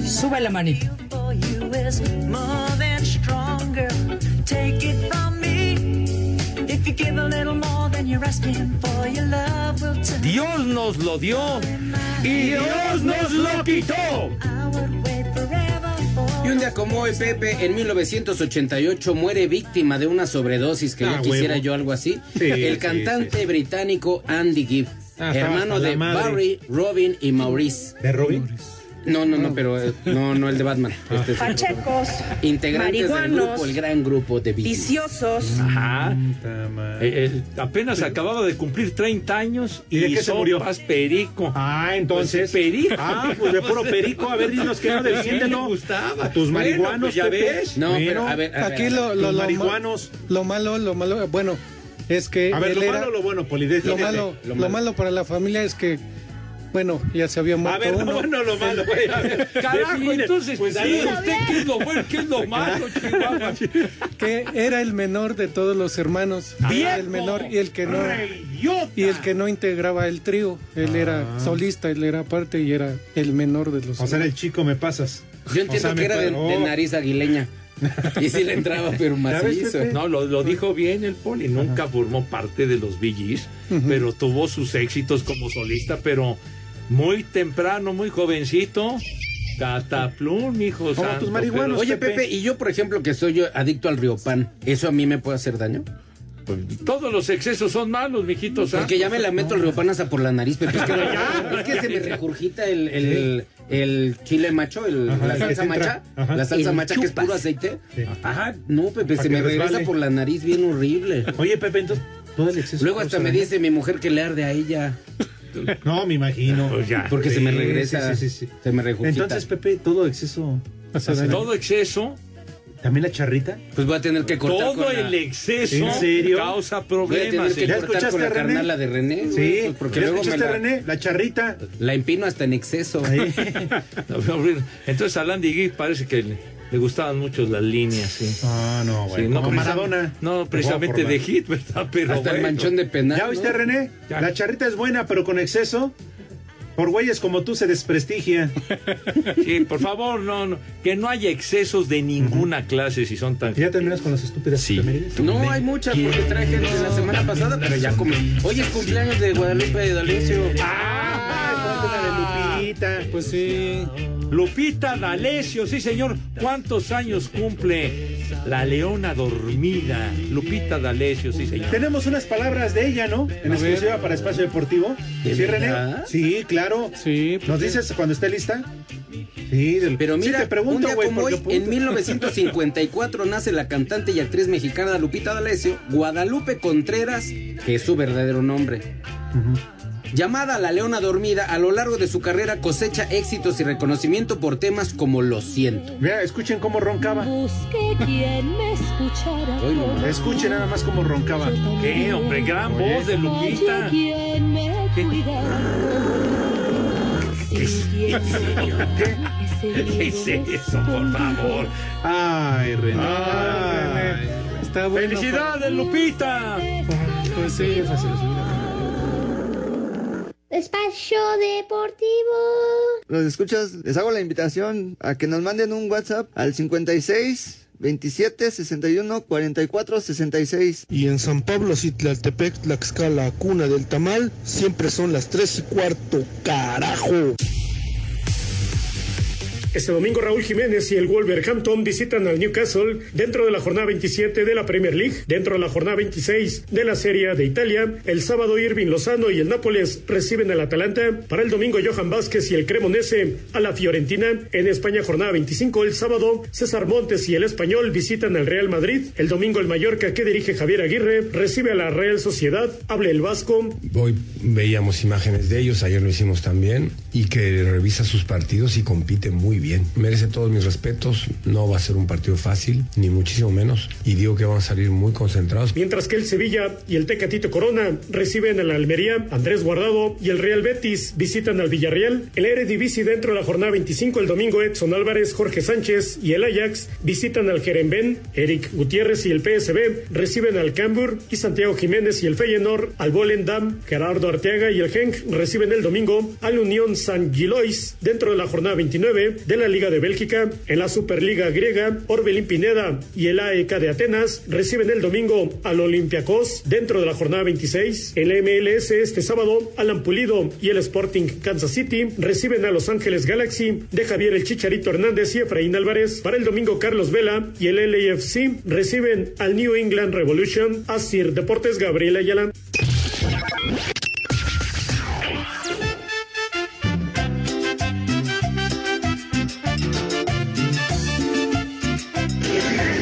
Speaker 19: Sube la manita.
Speaker 6: Dios nos lo dio y Dios nos lo quitó.
Speaker 9: Y un día como hoy, Pepe, en 1988 muere víctima de una sobredosis que Ah, yo quisiera huevo. yo algo así. Sí, el sí, cantante británico Andy Gibb, Ah, estaba hermano hasta la de madre. Barry, Robin y Maurice. ¿De Robin? No, no, no, pero eh, no, no el de Batman. Este es
Speaker 25: Pachecos.
Speaker 9: integrantes del
Speaker 25: Marihuanos.
Speaker 9: grupo, el gran grupo de Beatles.
Speaker 25: Viciosos.
Speaker 6: Ajá. Eh, eh, apenas acababa de cumplir 30 años y,
Speaker 11: ¿Y de qué se murió?
Speaker 6: sopas perico. Ah,
Speaker 11: entonces-
Speaker 6: perico.
Speaker 11: Ah, pues de puro perico. A ver, dinos qué no,
Speaker 10: Pues
Speaker 11: defiéndelo.
Speaker 6: Sí, gustaba.
Speaker 11: A tus
Speaker 6: Bueno,
Speaker 11: marihuanos,
Speaker 6: pues, ya
Speaker 11: Pepe.
Speaker 6: ves.
Speaker 11: No, pero, a ver, a ver,
Speaker 10: aquí
Speaker 11: a ver.
Speaker 10: lo, lo,
Speaker 11: Los
Speaker 10: lo
Speaker 11: marihuanos.
Speaker 10: ma- Lo malo, lo malo, bueno, es que.
Speaker 11: A ver,
Speaker 10: él
Speaker 11: lo
Speaker 10: era-
Speaker 11: malo o lo bueno, Poli,
Speaker 10: lo
Speaker 11: defínete.
Speaker 10: malo,
Speaker 11: Lo
Speaker 10: lo
Speaker 11: malo.
Speaker 10: malo para la familia es que, bueno, ya se había muerto
Speaker 11: A ver, lo
Speaker 10: uno.
Speaker 11: bueno, lo malo, güey. A ver,
Speaker 6: Carajo,
Speaker 11: define.
Speaker 6: entonces,
Speaker 11: Pues ahí
Speaker 6: diga usted qué es lo bueno, qué es lo malo, Chihuahua.
Speaker 10: que era el menor de todos los hermanos. Era el menor y el que no. Y el que no integraba el trío. Él
Speaker 11: Ah.
Speaker 10: era solista, él era parte y era el menor de los
Speaker 11: O sea, era el chico, me pasas.
Speaker 9: Yo entiendo que era de, de nariz aguileña. Y sí le entraba, pero macizo.
Speaker 6: No, lo, lo dijo bien el Poli. Nunca formó parte de los VGs, pero tuvo sus éxitos como solista, pero muy temprano, muy jovencito. Cataplum, hijo santo, pero-
Speaker 9: Oye, Pepe, y yo, por ejemplo, que soy yo adicto al riopan, ¿eso a mí me puede hacer daño?
Speaker 6: Todos los excesos son malos, mijito. santo.
Speaker 9: Porque ya me la meto el riopan hasta por la nariz, Pepe. Es que, no-
Speaker 6: Ya.
Speaker 9: es que se me regurgita el, el, el chile macho, el-
Speaker 6: Ajá,
Speaker 9: la
Speaker 6: el que
Speaker 9: salsa
Speaker 6: te entra.
Speaker 9: macha,
Speaker 6: Ajá.
Speaker 9: la salsa
Speaker 6: El
Speaker 9: macha que es puro
Speaker 6: chupas.
Speaker 9: aceite.
Speaker 11: Sí.
Speaker 9: Ajá, no, Pepe,
Speaker 11: Para
Speaker 9: se
Speaker 11: que
Speaker 9: me regresa
Speaker 11: resbale.
Speaker 9: por la nariz bien horrible.
Speaker 11: Oye, Pepe, entonces todo el exceso. ¿eh?
Speaker 9: Luego hasta
Speaker 11: causa
Speaker 9: me
Speaker 11: daño.
Speaker 9: dice mi mujer que le arde a ella.
Speaker 11: No, me imagino.
Speaker 6: Pues
Speaker 9: Porque se me regresa.
Speaker 11: Sí, sí, sí.
Speaker 9: Se me regurgita.
Speaker 11: Entonces, Pepe, todo exceso. hace daño.
Speaker 6: Todo exceso.
Speaker 11: ¿También la charrita?
Speaker 9: Pues va a tener que cortar
Speaker 6: Todo
Speaker 9: con la-
Speaker 6: el exceso
Speaker 11: ¿En serio?
Speaker 6: causa
Speaker 9: Voy a
Speaker 6: problemas.
Speaker 9: tener que
Speaker 6: ¿Ya
Speaker 9: cortar con la
Speaker 6: escuchaste, René?
Speaker 9: carnala de René. güey,
Speaker 6: Sí.
Speaker 9: pues, porque
Speaker 6: ¿Ya
Speaker 9: luego me
Speaker 6: escuchaste,
Speaker 9: la,
Speaker 6: René?
Speaker 11: La charrita.
Speaker 9: La empino hasta en exceso.
Speaker 11: *laughs*
Speaker 6: Entonces a Landy Gibb parece que le, le gustaban mucho las líneas, sí.
Speaker 11: Ah, no,
Speaker 6: Sí,
Speaker 11: bueno,
Speaker 6: no
Speaker 11: como
Speaker 6: precisam-
Speaker 11: Maradona.
Speaker 6: No precisamente de hit, ¿verdad? Pero bueno.
Speaker 11: ¿Ya oíste, René? La charrita es buena, pero con exceso. Por güeyes como tú se *laughs* desprestigia.
Speaker 6: Sí, por favor, no, no, que no haya excesos de ninguna clase si son tan...
Speaker 11: ¿Ya terminas con las estúpidas sí.
Speaker 9: No, hay muchas porque traje el de la semana pasada, pero ya como. Hoy es cumpleaños de Guadalupe D'Alessio.
Speaker 11: Ah, Lupita.
Speaker 10: Pues sí.
Speaker 6: Lupita D'Alessio, sí señor. ¿Cuántos años cumple la leona dormida? Lupita D'Alessio, sí señor.
Speaker 11: Tenemos unas palabras de ella, ¿no? En
Speaker 6: A
Speaker 11: exclusiva
Speaker 6: ver.
Speaker 11: para Espacio Deportivo.
Speaker 6: ¿De
Speaker 11: ¿Sí, René?
Speaker 6: verdad?
Speaker 11: Sí, claro.
Speaker 10: Sí.
Speaker 11: ¿Nos dices cuando esté lista? Sí, del...
Speaker 9: Pero
Speaker 11: Sí,
Speaker 9: mira,
Speaker 11: te pregunto,
Speaker 9: un día
Speaker 11: güey,
Speaker 9: como
Speaker 11: porque
Speaker 9: hoy,
Speaker 11: apunta.
Speaker 9: en
Speaker 11: *laughs*
Speaker 9: 1954 nace la cantante y actriz mexicana Lupita D'Alessio, Guadalupe Contreras, que es su verdadero nombre. Llamada La Leona Dormida, a lo largo de su carrera cosecha éxitos y reconocimiento por temas como Lo Siento.
Speaker 11: Mira, escuchen cómo roncaba.
Speaker 5: Busqué quien me escuchara.
Speaker 9: Hoy nomás.
Speaker 11: Escuchen nada más cómo roncaba.
Speaker 6: ¿Qué, hombre? Gran voz de Lupita.
Speaker 5: quien me
Speaker 6: ¿Qué es ¿Qué? ¿Qué es eso, por favor?
Speaker 11: Ay, René.
Speaker 6: ¡Felicidades, Lupita!
Speaker 10: Pues sí, fácil.
Speaker 1: Espacio Deportivo.
Speaker 4: Los escuchas, les hago la invitación a que nos manden un WhatsApp al 56 27 61 44 66.
Speaker 20: Y en San Pablo, Citlaltepec, Tlaxcala, cuna del tamal, siempre son las 3 y cuarto, carajo.
Speaker 26: Este domingo Raúl Jiménez y el Wolverhampton visitan al Newcastle dentro de la jornada 27 de la Premier League, dentro de la jornada 26 de la Serie A de Italia. El sábado Irving Lozano y el Nápoles reciben al Atalanta. Para el domingo Johan Vázquez y el Cremonese a la Fiorentina. En España jornada 25 el sábado César Montes y el Español visitan al Real Madrid. El domingo el Mallorca que dirige Javier Aguirre recibe a la Real Sociedad. Hable el Vasco.
Speaker 20: Hoy veíamos imágenes de ellos, ayer lo hicimos también, y que revisa sus partidos y compite muy bien. bien. Merece todos mis respetos. No va a ser un partido fácil, ni muchísimo menos. Y digo que van a salir muy concentrados.
Speaker 26: Mientras que el Sevilla y el Tecatito Corona reciben a la Almería, Andrés Guardado y el Real Betis visitan al Villarreal. El Eredivisie dentro de la jornada 25 el domingo Edson Álvarez, Jorge Sánchez y el Ajax visitan al Jeremben. Eric Gutiérrez y el PSB reciben al Cambur y Santiago Jiménez y el Feyenoord al Volendam. Gerardo Arteaga y el Genk reciben el domingo al Unión San Gilois dentro de la jornada 29 de la Liga de Bélgica. En la Superliga griega, Orbelín Pineda y el AEK de Atenas reciben el domingo al Olympiacos dentro de la jornada 26. En la MLS este sábado, Alan Pulido y el Sporting Kansas City reciben a Los Ángeles Galaxy de Javier El Chicharito Hernández y Efraín Álvarez. Para el domingo, Carlos Vela y el LAFC reciben al New England Revolution. Asir Deportes Gabriela Ayala.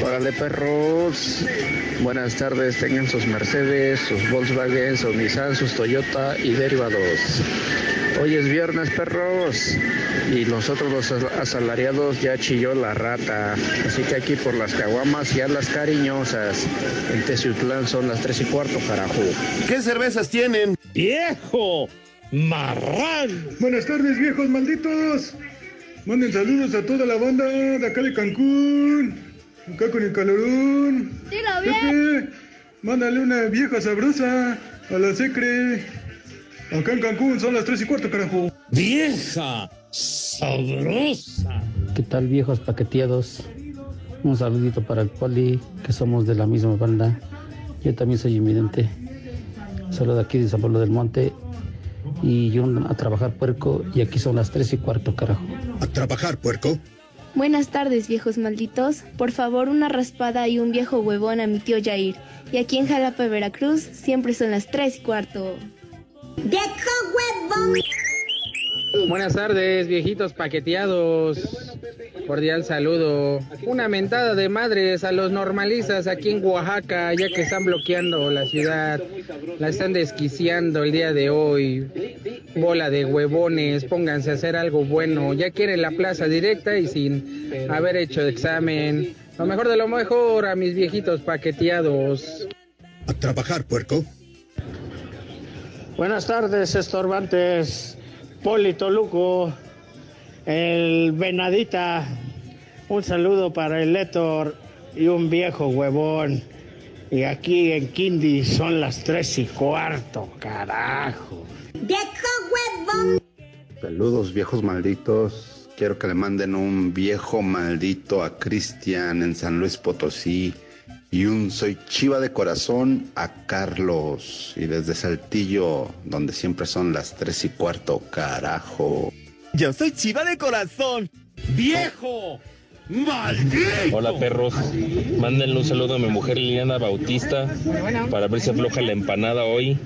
Speaker 27: Órale, perros. Buenas tardes. Tengan sus Mercedes, sus Volkswagen, sus Nissan, sus Toyota y derivados. Hoy es viernes, perros. Y nosotros los asalariados ya chilló la rata. Así que aquí por las caguamas y a las cariñosas. En Teciutlán son las tres y cuarto, carajo.
Speaker 28: ¿Qué cervezas tienen?
Speaker 6: ¡Viejo! ¡Marrán!
Speaker 29: Buenas tardes, viejos malditos. Manden saludos a toda la banda de acá de Cancún. Acá con el calorón.
Speaker 1: Dilo bien.
Speaker 29: Pepe, mándale una vieja sabrosa a la secre. Acá en Cancún son las tres y cuarto, carajo.
Speaker 6: ¡Vieja! ¡Sabrosa!
Speaker 3: ¿Qué tal, viejos paqueteados? Un saludito para el Poli, que somos de la misma banda. Yo también soy invidente. Saludo aquí de San Pablo del Monte. Y yo a trabajar puerco. Y aquí son las tres y cuarto, carajo.
Speaker 28: ¿A trabajar puerco?
Speaker 30: Buenas tardes, viejos malditos. Por favor, una raspada y un viejo huevón a mi tío Jair. Y aquí en Jalapa, Veracruz, siempre son las tres y cuarto.
Speaker 31: ¡Viejo huevón!
Speaker 9: Buenas tardes, viejitos paqueteados. Cordial saludo. Una mentada de madres a los normalistas aquí en Oaxaca, ya que están bloqueando la ciudad. La están desquiciando el día de hoy. Bola de huevones, pónganse a hacer algo bueno. Ya quieren la plaza directa y sin haber hecho examen. Lo mejor de lo mejor a mis viejitos paqueteados.
Speaker 28: A trabajar, puerco.
Speaker 13: Buenas tardes, estorbantes. Polito Luco, el Venadita, un saludo para el Letor y un viejo huevón. Y aquí en Kindy son las tres y cuarto, carajo.
Speaker 31: ¡Viejo huevón!
Speaker 27: Saludos viejos malditos. Quiero que le manden un viejo maldito a Cristian en San Luis Potosí. Y un soy chiva de corazón a Carlos. Y desde Saltillo, donde siempre son las tres y cuarto, carajo.
Speaker 6: Yo soy chiva de corazón. ¡Viejo! ¡Maldito!
Speaker 14: Hola perros, mándenle un saludo a mi mujer Liliana Bautista para ver si afloja la empanada hoy.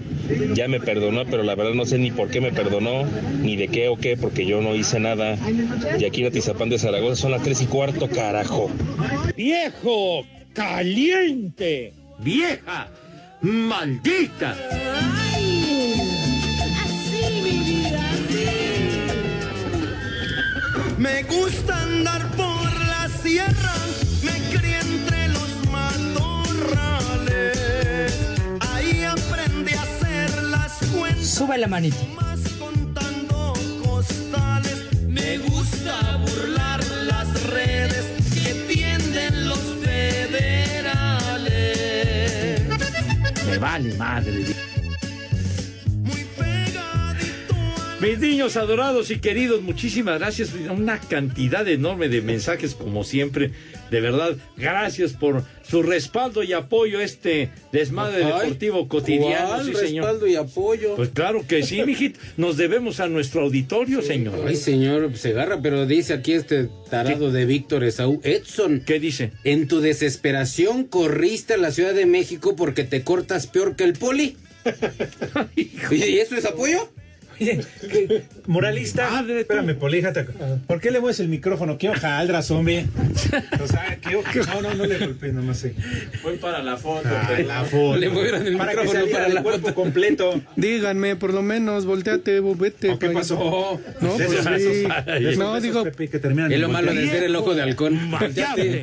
Speaker 14: Ya me perdonó, pero la verdad no sé ni por qué me perdonó, ni de qué o qué, porque yo no hice nada. Y aquí en Atizapán de Zaragoza son las tres y cuarto, carajo.
Speaker 6: ¡Viejo! ¡Caliente! ¡Vieja! ¡Maldita!
Speaker 31: Ay, así mi vida, así.
Speaker 5: Me gusta andar por la sierra, me crié entre los matorrales. Ahí aprendí a hacer las cuentas.
Speaker 19: Sube la manita.
Speaker 5: Más contando costales. Me gusta burlar las redes que tienden los federales.
Speaker 6: Me vale madre. Mis niños adorados y queridos, muchísimas gracias. Una cantidad enorme de mensajes, como siempre. De verdad, gracias por su respaldo y apoyo a este desmadre
Speaker 22: Ay,
Speaker 6: deportivo cotidiano.
Speaker 22: ¿cuál
Speaker 6: sí, señor.
Speaker 22: respaldo y apoyo?
Speaker 6: Pues claro que sí, mijito. Nos debemos a nuestro auditorio, señor.
Speaker 22: Ay, señor, se agarra, pero dice aquí este tarado de Víctor Esaú Edson.
Speaker 6: ¿Qué dice?
Speaker 22: En tu desesperación corriste a la Ciudad
Speaker 6: *laughs*
Speaker 22: de México porque te cortas peor que el poli. ¿Y eso es apoyo?
Speaker 11: Moralista. Madre, espérame, poléjate. ¿Por qué le mueves el micrófono? ¿Qué hojaldra, hombre? *laughs* O sea, ¿qué hoja? No, no, no le golpeé, nomás sé.
Speaker 6: Fue para Ah, la foto.
Speaker 11: Ay, la foto.
Speaker 9: Le movieron el
Speaker 11: para
Speaker 9: micrófono
Speaker 11: que
Speaker 9: para
Speaker 11: para
Speaker 9: la
Speaker 11: el cuerpo completo.
Speaker 10: Díganme, por lo menos, volteate, bobete.
Speaker 11: ¿O qué pasó?
Speaker 10: No,
Speaker 11: De
Speaker 10: pues
Speaker 11: esos besos,
Speaker 10: sí.
Speaker 11: ay, de esos
Speaker 10: No,
Speaker 11: besos,
Speaker 10: digo,
Speaker 11: Pepe, que terminan
Speaker 9: Es
Speaker 11: en
Speaker 9: lo malo de
Speaker 11: voltear.
Speaker 9: ser el ojo de halcón.
Speaker 6: Maleable.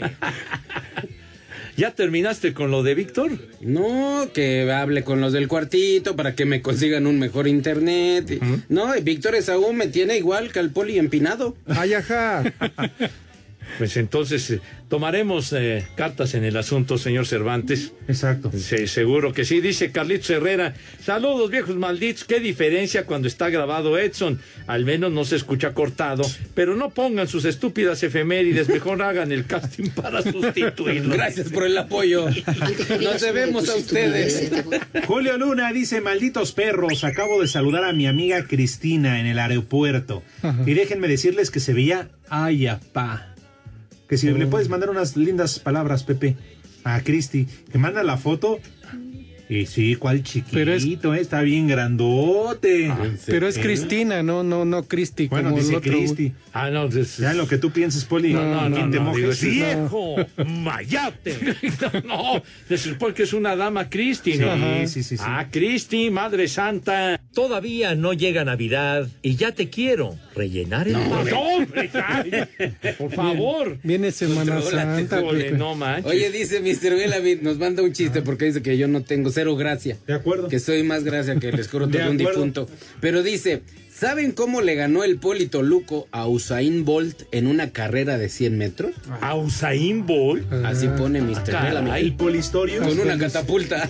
Speaker 6: ¿Ya terminaste con lo de Víctor?
Speaker 9: No, que hable con los del cuartito para que me consigan un mejor internet. No, y Víctor Esaú me tiene igual que al poli empinado.
Speaker 10: ay, ajá.
Speaker 6: Pues entonces eh, tomaremos eh, cartas en el asunto, señor Cervantes.
Speaker 11: Exacto.
Speaker 6: Sí, seguro que sí, dice Carlitos Herrera. Saludos, viejos malditos. Qué diferencia cuando está grabado Edson. Al menos no se escucha cortado. Pero no pongan sus estúpidas efemérides. Mejor hagan el casting para sustituirlo.
Speaker 9: *laughs* Gracias por el apoyo. Nos debemos a ustedes.
Speaker 11: Julio Luna dice, malditos perros, acabo de saludar a mi amiga Cristina en el aeropuerto. Y déjenme decirles que se veía ay, apá. Que si le puedes mandar unas lindas palabras, Pepe, a Cristi, que manda la foto. Y sí, cuál chiquito,
Speaker 10: Pero es- Ah,
Speaker 11: eh, está bien grandote.
Speaker 9: Ah,
Speaker 10: Pero es
Speaker 11: Eh,
Speaker 10: Cristina, no, no, no Cristi.
Speaker 11: Bueno,
Speaker 10: como el
Speaker 11: dice
Speaker 10: otro.
Speaker 11: Cristi.
Speaker 6: Ah, no, es-
Speaker 11: Ya lo que tú pienses, Poli,
Speaker 10: No, no,
Speaker 11: ni
Speaker 10: no,
Speaker 11: te
Speaker 10: no,
Speaker 11: mojes.
Speaker 6: Digo,
Speaker 11: Sí, eh.
Speaker 6: viejo, mayate. Pues *laughs* No, se supone que es una dama Cristi, ¿no?
Speaker 11: Sí, sí, sí, sí.
Speaker 6: Ah, Cristi, Madre Santa.
Speaker 3: Todavía no llega Navidad y ya te quiero rellenar el
Speaker 6: No, hombre, ya.
Speaker 9: *laughs*
Speaker 6: por favor.
Speaker 10: Viene Semana
Speaker 9: Contrólate,
Speaker 6: *laughs*
Speaker 10: Santa.
Speaker 6: Híjole,
Speaker 10: Pepe.
Speaker 6: no manches. Ah.
Speaker 9: Oye, dice Mr. Bellavid, nos manda un chiste porque dice que yo no tengo cero gracia.
Speaker 11: De acuerdo.
Speaker 9: Que soy más gracia que el escroto
Speaker 11: De
Speaker 9: de un
Speaker 11: acuerdo.
Speaker 9: difunto. Pero dice, ¿saben cómo le ganó el Poli Toluco a Usain Bolt en una carrera de 100 metros?
Speaker 6: A Usain Bolt. Ah,
Speaker 9: Así pone Mr.
Speaker 6: caray.
Speaker 9: Bellavid.
Speaker 11: El polistorio.
Speaker 9: Con una catapulta.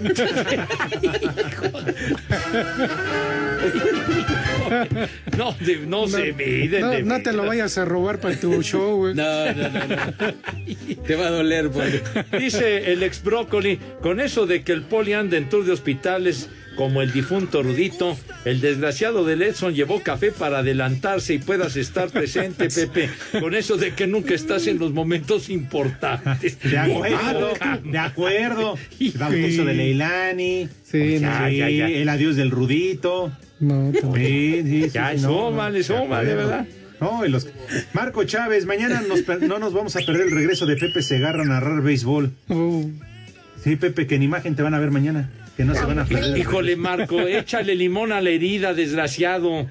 Speaker 6: No, de- no, se miden.
Speaker 10: No,
Speaker 6: de
Speaker 10: no te lo
Speaker 6: veras.
Speaker 10: vayas a robar para
Speaker 9: *laughs*
Speaker 10: tu show, güey.
Speaker 9: No, no, no, no. Te va a doler, Poli.
Speaker 6: Dice el ex brócoli, con eso de que el poli anda en tour de hospitales como el difunto Rudito, el desgraciado de Edson llevó café para adelantarse y puedas
Speaker 9: *laughs*
Speaker 6: estar presente, Pepe. Con eso de que nunca estás en los
Speaker 9: *laughs*
Speaker 6: momentos importantes.
Speaker 11: De acuerdo,
Speaker 6: Ah,
Speaker 11: de acuerdo.
Speaker 6: Sí.
Speaker 11: El bautizo de Leilani.
Speaker 10: Sí, no,
Speaker 6: Ya, ya, ya.
Speaker 11: El adiós del Rudito.
Speaker 10: no, no.
Speaker 11: Sí, sí, sí,
Speaker 6: Ya,
Speaker 11: sí,
Speaker 6: súmale, súmale,
Speaker 11: de acuerdo.
Speaker 6: ¿verdad?
Speaker 11: No, y los... Marco Chávez, mañana nos per- no nos vamos a perder el regreso de Pepe Segarra a narrar béisbol.
Speaker 10: Uh,
Speaker 11: Sí, Pepe, que en imagen te van a ver mañana. Que no se van a perder.
Speaker 6: Híjole, Marco, ¿eh? échale limón a la herida, desgraciado.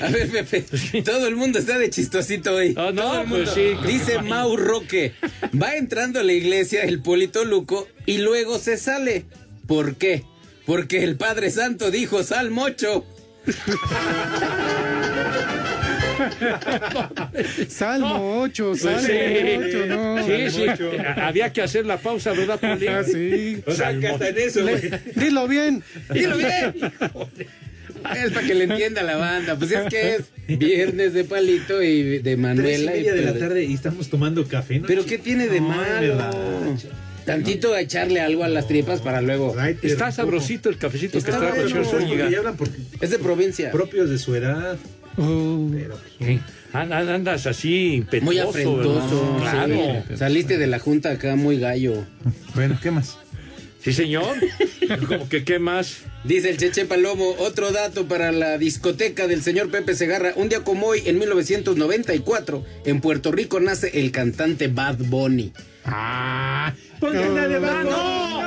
Speaker 9: A ver, Pepe, todo el mundo está de chistosito hoy.
Speaker 6: Ah, no,
Speaker 9: Todo el
Speaker 6: pues
Speaker 9: mundo.
Speaker 6: sí, como-
Speaker 9: Dice Mau Roque, va entrando a la iglesia el Polito Luco y luego se sale. ¿Por qué? Porque el Padre Santo dijo salmocho.
Speaker 10: *laughs* Salmo 8,
Speaker 6: Pues
Speaker 10: Salmo 8, no.
Speaker 6: sí, sí. Había que hacer la pausa, ¿verdad, Poli?
Speaker 10: Ah, sí.
Speaker 9: O sea, que hasta en eso, güey.
Speaker 10: Dilo bien.
Speaker 9: Dilo bien. Es para que le entienda la banda. Pues es que es viernes de palito y de
Speaker 11: Tres y
Speaker 9: Manuela. y pues
Speaker 11: media de la
Speaker 9: Padre-
Speaker 11: tarde y estamos tomando café, ¿no?
Speaker 9: Pero ¿qué tiene de
Speaker 11: No,
Speaker 9: malo?
Speaker 11: ¿verdad?
Speaker 9: Tantito a echarle algo a las tripas para luego.
Speaker 11: Ay, te
Speaker 6: Está
Speaker 11: recupo.
Speaker 6: sabrosito el cafecito que
Speaker 11: Está
Speaker 6: está
Speaker 11: bueno,
Speaker 6: con
Speaker 11: porque ya hablan por-
Speaker 9: Es de provincia. Oh.
Speaker 11: propios de su edad.
Speaker 10: Uh,
Speaker 11: Pero, pues,
Speaker 6: Sí. An- an- Andas así impetuoso.
Speaker 9: Muy afrentoso.
Speaker 6: ¿verdad? Claro.
Speaker 9: sí. Saliste de la junta acá muy gallo.
Speaker 11: bueno, ¿qué más?
Speaker 6: Sí, señor. Como que qué más.
Speaker 9: Dice el Cheche Palomo, otro dato para la discoteca del señor Pepe Segarra. Un día como hoy, en 1994, en Puerto Rico nace el cantante Bad Bunny.
Speaker 6: Ah, de Bad Bunny. no,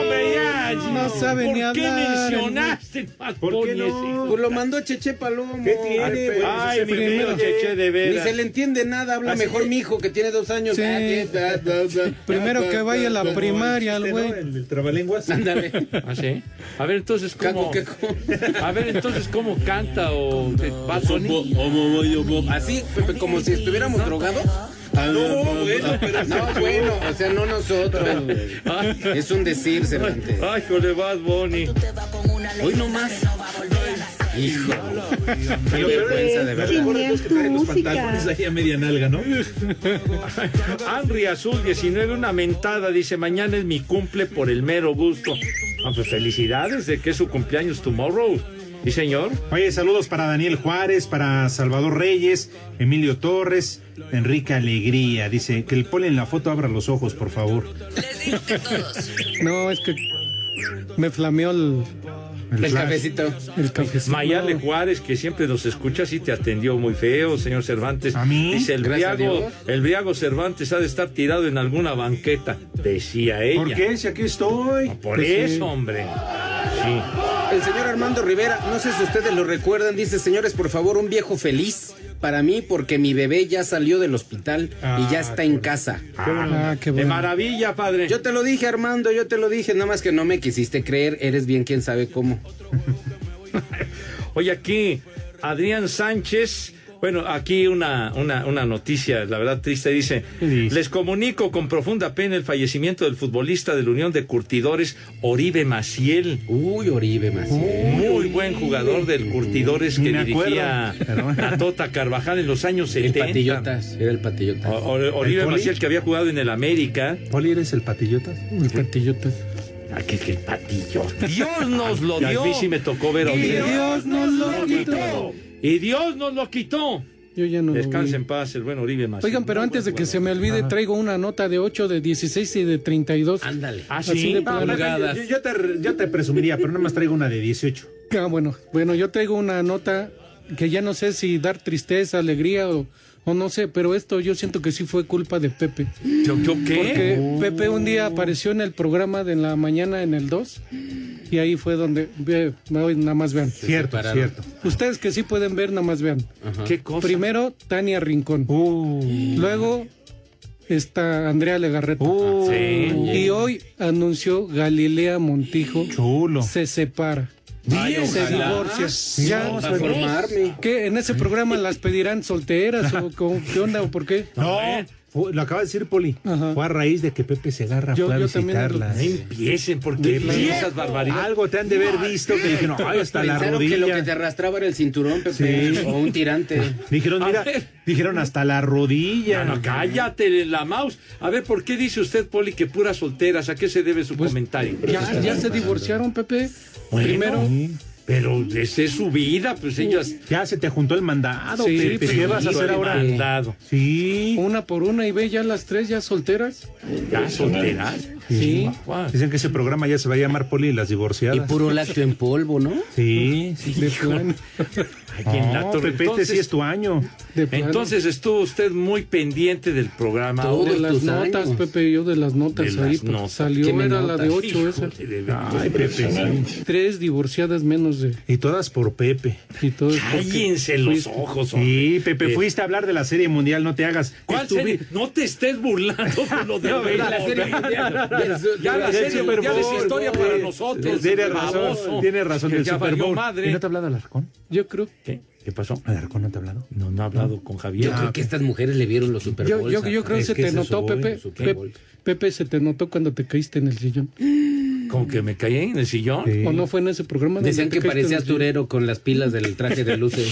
Speaker 6: hombre, ya.
Speaker 10: No sabe
Speaker 6: ¿Por
Speaker 10: ni
Speaker 6: qué
Speaker 10: hablar,
Speaker 6: mencionaste Bad
Speaker 11: ¿Por qué
Speaker 6: Bunny,
Speaker 11: no?
Speaker 6: ese hijo?
Speaker 9: Pues lo mandó Cheche Palomo. pues,
Speaker 11: ¿Qué tiene,
Speaker 6: Ay,
Speaker 11: güey?
Speaker 6: Ay,
Speaker 11: Ese
Speaker 6: mi
Speaker 11: primero.
Speaker 6: querido Cheche, de
Speaker 9: Ni
Speaker 6: veras.
Speaker 9: se le entiende nada, habla
Speaker 11: Así
Speaker 9: mejor
Speaker 11: que-
Speaker 9: mi hijo que tiene dos años.
Speaker 10: Sí.
Speaker 9: Ah, que- ah, ah, ah,
Speaker 10: Primero
Speaker 9: ah,
Speaker 10: que
Speaker 9: ah,
Speaker 10: vaya a
Speaker 9: ah,
Speaker 10: la
Speaker 9: ah,
Speaker 10: primaria,
Speaker 11: Este, ¿no?
Speaker 10: güey.
Speaker 11: El del trabalenguas.
Speaker 9: Ándale.
Speaker 6: ¿Ah, sí? A ver, entonces,
Speaker 9: Caco,
Speaker 6: ¿cómo?
Speaker 9: caco.
Speaker 6: A ver, entonces, ¿cómo canta o eh, Bad
Speaker 9: Bo-
Speaker 6: Bunny?
Speaker 9: bo- bo- bo- bo- Así, Pepe, como si estuviéramos drogados. Ah, No, bueno, No, bueno, o sea, no nosotros. güey. Es un decir, Cervantes.
Speaker 6: Ay, jole, Bad Bunny.
Speaker 9: Hoy no más. Hijo. Qué
Speaker 11: Lo peor es-
Speaker 9: vergüenza, de
Speaker 11: lo
Speaker 9: verdad.
Speaker 11: mejor es que traen los pantalones ahí a media nalga, ¿no?
Speaker 6: Henry Azul 19, una mentada, dice, mañana es mi cumple por el mero gusto. Ah, pues felicidades de que es su cumpleaños tomorrow. ¿Y señor?
Speaker 11: Oye, saludos para Daniel Juárez, para Salvador Reyes, Emilio Torres, Enrique Alegría. Dice que el poli en la foto abra los ojos, por favor.
Speaker 10: No, es que me flameó el,
Speaker 9: El, el cafecito.
Speaker 6: El cafecito. Mayale Juárez, que siempre nos escucha, sí te atendió muy feo, señor Cervantes. ¿A mí? Dice, el
Speaker 9: Gracias a
Speaker 6: briago,
Speaker 9: Dios.
Speaker 6: el briago Cervantes ha de estar tirado en alguna banqueta, decía ella.
Speaker 11: ¿Por qué? Si aquí estoy.
Speaker 6: Por
Speaker 11: Pues sí.
Speaker 6: eso, hombre. Sí.
Speaker 9: El señor Armando Rivera, no sé si ustedes lo recuerdan, dice, señores, por favor, un viejo feliz para mí porque mi bebé ya salió del hospital y ya está en casa.
Speaker 6: Ah, qué bueno. De maravilla, padre.
Speaker 9: Yo te lo dije, Armando, yo te lo dije, nada más que no me quisiste creer, eres bien quien sabe cómo.
Speaker 6: Oye, aquí Adrián Sánchez. Bueno, aquí una, una, una noticia, la verdad triste, dice, les comunico con profunda pena el fallecimiento del futbolista de la Unión de Curtidores, Oribe Maciel.
Speaker 9: Uy, Oribe Maciel.
Speaker 6: Muy buen jugador del Curtidores
Speaker 9: Ni
Speaker 6: que
Speaker 9: me acuerdo.
Speaker 6: dirigía a Tota Carvajal en los años 70.
Speaker 9: Patillotas, era el patillotas.
Speaker 6: O- o- Oribe
Speaker 9: ¿El Poli?
Speaker 6: Maciel que había jugado en el América.
Speaker 11: ¿Poli eres el patillotas?
Speaker 10: El patillotas.
Speaker 6: Ah, que, que el patillotas. Dios nos lo
Speaker 10: Y a
Speaker 6: dio.
Speaker 10: mí sí
Speaker 6: sí
Speaker 10: me
Speaker 6: me tocó ver
Speaker 10: ver a
Speaker 6: a
Speaker 10: Oribe.
Speaker 6: nos lo quitó. Y Dios nos lo quitó.
Speaker 10: Yo ya no lo vi.
Speaker 6: Descanse en paz, el buen Oribe Maciel.
Speaker 10: Oigan, pero antes de que se me olvide,
Speaker 6: Ajá.
Speaker 10: traigo una nota de 8, de 16 y de 32.
Speaker 9: Ándale.
Speaker 6: Ah,
Speaker 10: Así
Speaker 11: sí.
Speaker 10: de
Speaker 11: No, no, no,
Speaker 10: pulgadas.
Speaker 11: yo, yo te, yo te presumiría, pero nada más traigo una de 18.
Speaker 10: Ah, bueno, bueno, yo traigo una nota que ya no sé si dar tristeza, alegría o, o no sé, pero esto yo siento que sí fue culpa de Pepe.
Speaker 6: ¿Yo, yo qué? Oh.
Speaker 10: Porque Pepe un día apareció en el programa de la mañana en el 2 y ahí fue donde ve, hoy nada más vean.
Speaker 11: Cierto, cierto.
Speaker 10: Ustedes que sí pueden ver, nada más vean.
Speaker 11: Ajá. ¿Qué cosa? Uh.
Speaker 10: Primero, Tania Rincón. Luego está Andrea Legarreta.
Speaker 11: Uh.
Speaker 6: Sí.
Speaker 10: Y hoy anunció Galilea Montijo. Se separa.
Speaker 6: Ay,
Speaker 10: se
Speaker 6: ojalá.
Speaker 10: divorcia.
Speaker 6: Sí,
Speaker 10: Ya,
Speaker 6: para formarme.
Speaker 10: ¿Qué? ¿En ese programa las pedirán solteras
Speaker 6: *laughs*
Speaker 10: o con- qué onda o por qué?
Speaker 11: No, fue- lo acaba de decir Poli. Fue a raíz de que Pepe se agarra
Speaker 10: Yo-
Speaker 11: fue a
Speaker 10: yo también-
Speaker 11: visitarla.
Speaker 10: No
Speaker 6: empiecen, porque esas barbaridades.
Speaker 11: Algo te han de haber visto que dijeron, ay, hasta la
Speaker 9: Pensaron que lo que
Speaker 11: rodilla.
Speaker 9: te arrastraba era el cinturón, Pepe,
Speaker 11: Sí.
Speaker 9: o un
Speaker 6: *laughs*
Speaker 9: tirante.
Speaker 11: Dijeron,
Speaker 6: A
Speaker 11: mira,
Speaker 6: ver.
Speaker 11: dijeron hasta la rodilla.
Speaker 6: No, no, cállate, la mouse. A ver, ¿por qué dice usted, Poli, que puras solteras? ¿A qué se debe su comentario?
Speaker 10: Pues, Ya, ya se divorciaron, Pepe.
Speaker 6: Bueno,
Speaker 10: Primero.
Speaker 6: Pero esa es su vida, pues ellas.
Speaker 11: Ya se te juntó el
Speaker 6: Ah,
Speaker 11: mandado,
Speaker 10: Sí,
Speaker 11: Pepe.
Speaker 10: pues
Speaker 11: ¿Qué
Speaker 10: sí,
Speaker 11: vas a hacer
Speaker 10: el
Speaker 11: ahora?
Speaker 6: mandado.
Speaker 11: Sí.
Speaker 10: Una por una y ve ya las tres ya solteras.
Speaker 6: Ya solteras.
Speaker 10: Sí.
Speaker 11: Dicen que ese programa ya se va a llamar Poli y las divorciadas.
Speaker 9: Y puro lácteo en polvo, ¿no?
Speaker 11: Sí, sí.
Speaker 10: De plano.
Speaker 6: Ay, qué
Speaker 11: No,
Speaker 6: nato.
Speaker 11: Pepe, este
Speaker 6: Entonces-
Speaker 11: sí es tu año.
Speaker 10: De plano.
Speaker 6: Entonces estuvo usted muy pendiente del programa.
Speaker 10: Yo de
Speaker 6: Ahora
Speaker 10: las
Speaker 6: tus
Speaker 10: notas,
Speaker 6: años.
Speaker 10: Pepe, yo de las notas
Speaker 6: De
Speaker 10: ahí,
Speaker 6: las
Speaker 10: porque
Speaker 6: notas.
Speaker 10: salió,
Speaker 6: ¿Qué
Speaker 10: era
Speaker 6: me
Speaker 10: la
Speaker 6: notas?
Speaker 10: de ocho
Speaker 6: Híjole,
Speaker 10: esa.
Speaker 6: de veras.
Speaker 11: Ay, Pepe.
Speaker 10: Tres divorciadas menos de...
Speaker 11: Y todas por Pepe.
Speaker 10: Y todo es porque
Speaker 6: Cállense los
Speaker 10: fuiste-
Speaker 6: ojos, hombre.
Speaker 11: Sí, Pepe,
Speaker 6: Eh.
Speaker 11: fuiste a hablar de la Serie Mundial, no te hagas.
Speaker 6: ¿Cuál
Speaker 11: Estuvi-
Speaker 6: serie? No te estés
Speaker 11: *laughs*
Speaker 6: burlando con lo de
Speaker 11: No,
Speaker 6: México,
Speaker 11: la *laughs* serie
Speaker 6: ¿verdad?
Speaker 11: mundial.
Speaker 6: Ya la
Speaker 11: Del
Speaker 6: serie
Speaker 11: Super
Speaker 6: mundial es
Speaker 11: Bowl,
Speaker 6: historia
Speaker 11: güey.
Speaker 6: para nosotros.
Speaker 11: Tiene razón,
Speaker 6: baboso.
Speaker 11: tiene razón
Speaker 6: Que
Speaker 11: del
Speaker 6: ya
Speaker 11: Super
Speaker 6: valió
Speaker 11: Bowl.
Speaker 6: madre.
Speaker 11: ¿Y no te ha hablado Alarcón?
Speaker 10: Yo creo,
Speaker 6: ¿Qué? ¿Qué pasó?
Speaker 11: ¿Alarcón no te ha hablado?
Speaker 6: No, no ha hablado con Javier.
Speaker 9: Yo creo que estas mujeres le vieron los Super
Speaker 10: yo,
Speaker 9: Bowls
Speaker 10: yo, yo
Speaker 9: a-
Speaker 10: creo que
Speaker 6: Es
Speaker 10: se
Speaker 6: que
Speaker 10: te
Speaker 6: es eso,
Speaker 10: notó,
Speaker 6: voy,
Speaker 10: Pepe.
Speaker 9: Super
Speaker 10: Pe-
Speaker 9: Bowl.
Speaker 10: Pepe, se te notó cuando te caíste en el sillón.
Speaker 6: Como que me caí en el
Speaker 11: *laughs*
Speaker 6: sillón.
Speaker 10: ¿O no fue en ese programa? donde
Speaker 9: Decían
Speaker 10: te
Speaker 9: que
Speaker 10: caíste en
Speaker 9: parecías
Speaker 10: el sillón?
Speaker 9: turero con las pilas del traje de
Speaker 6: *laughs*
Speaker 9: luces.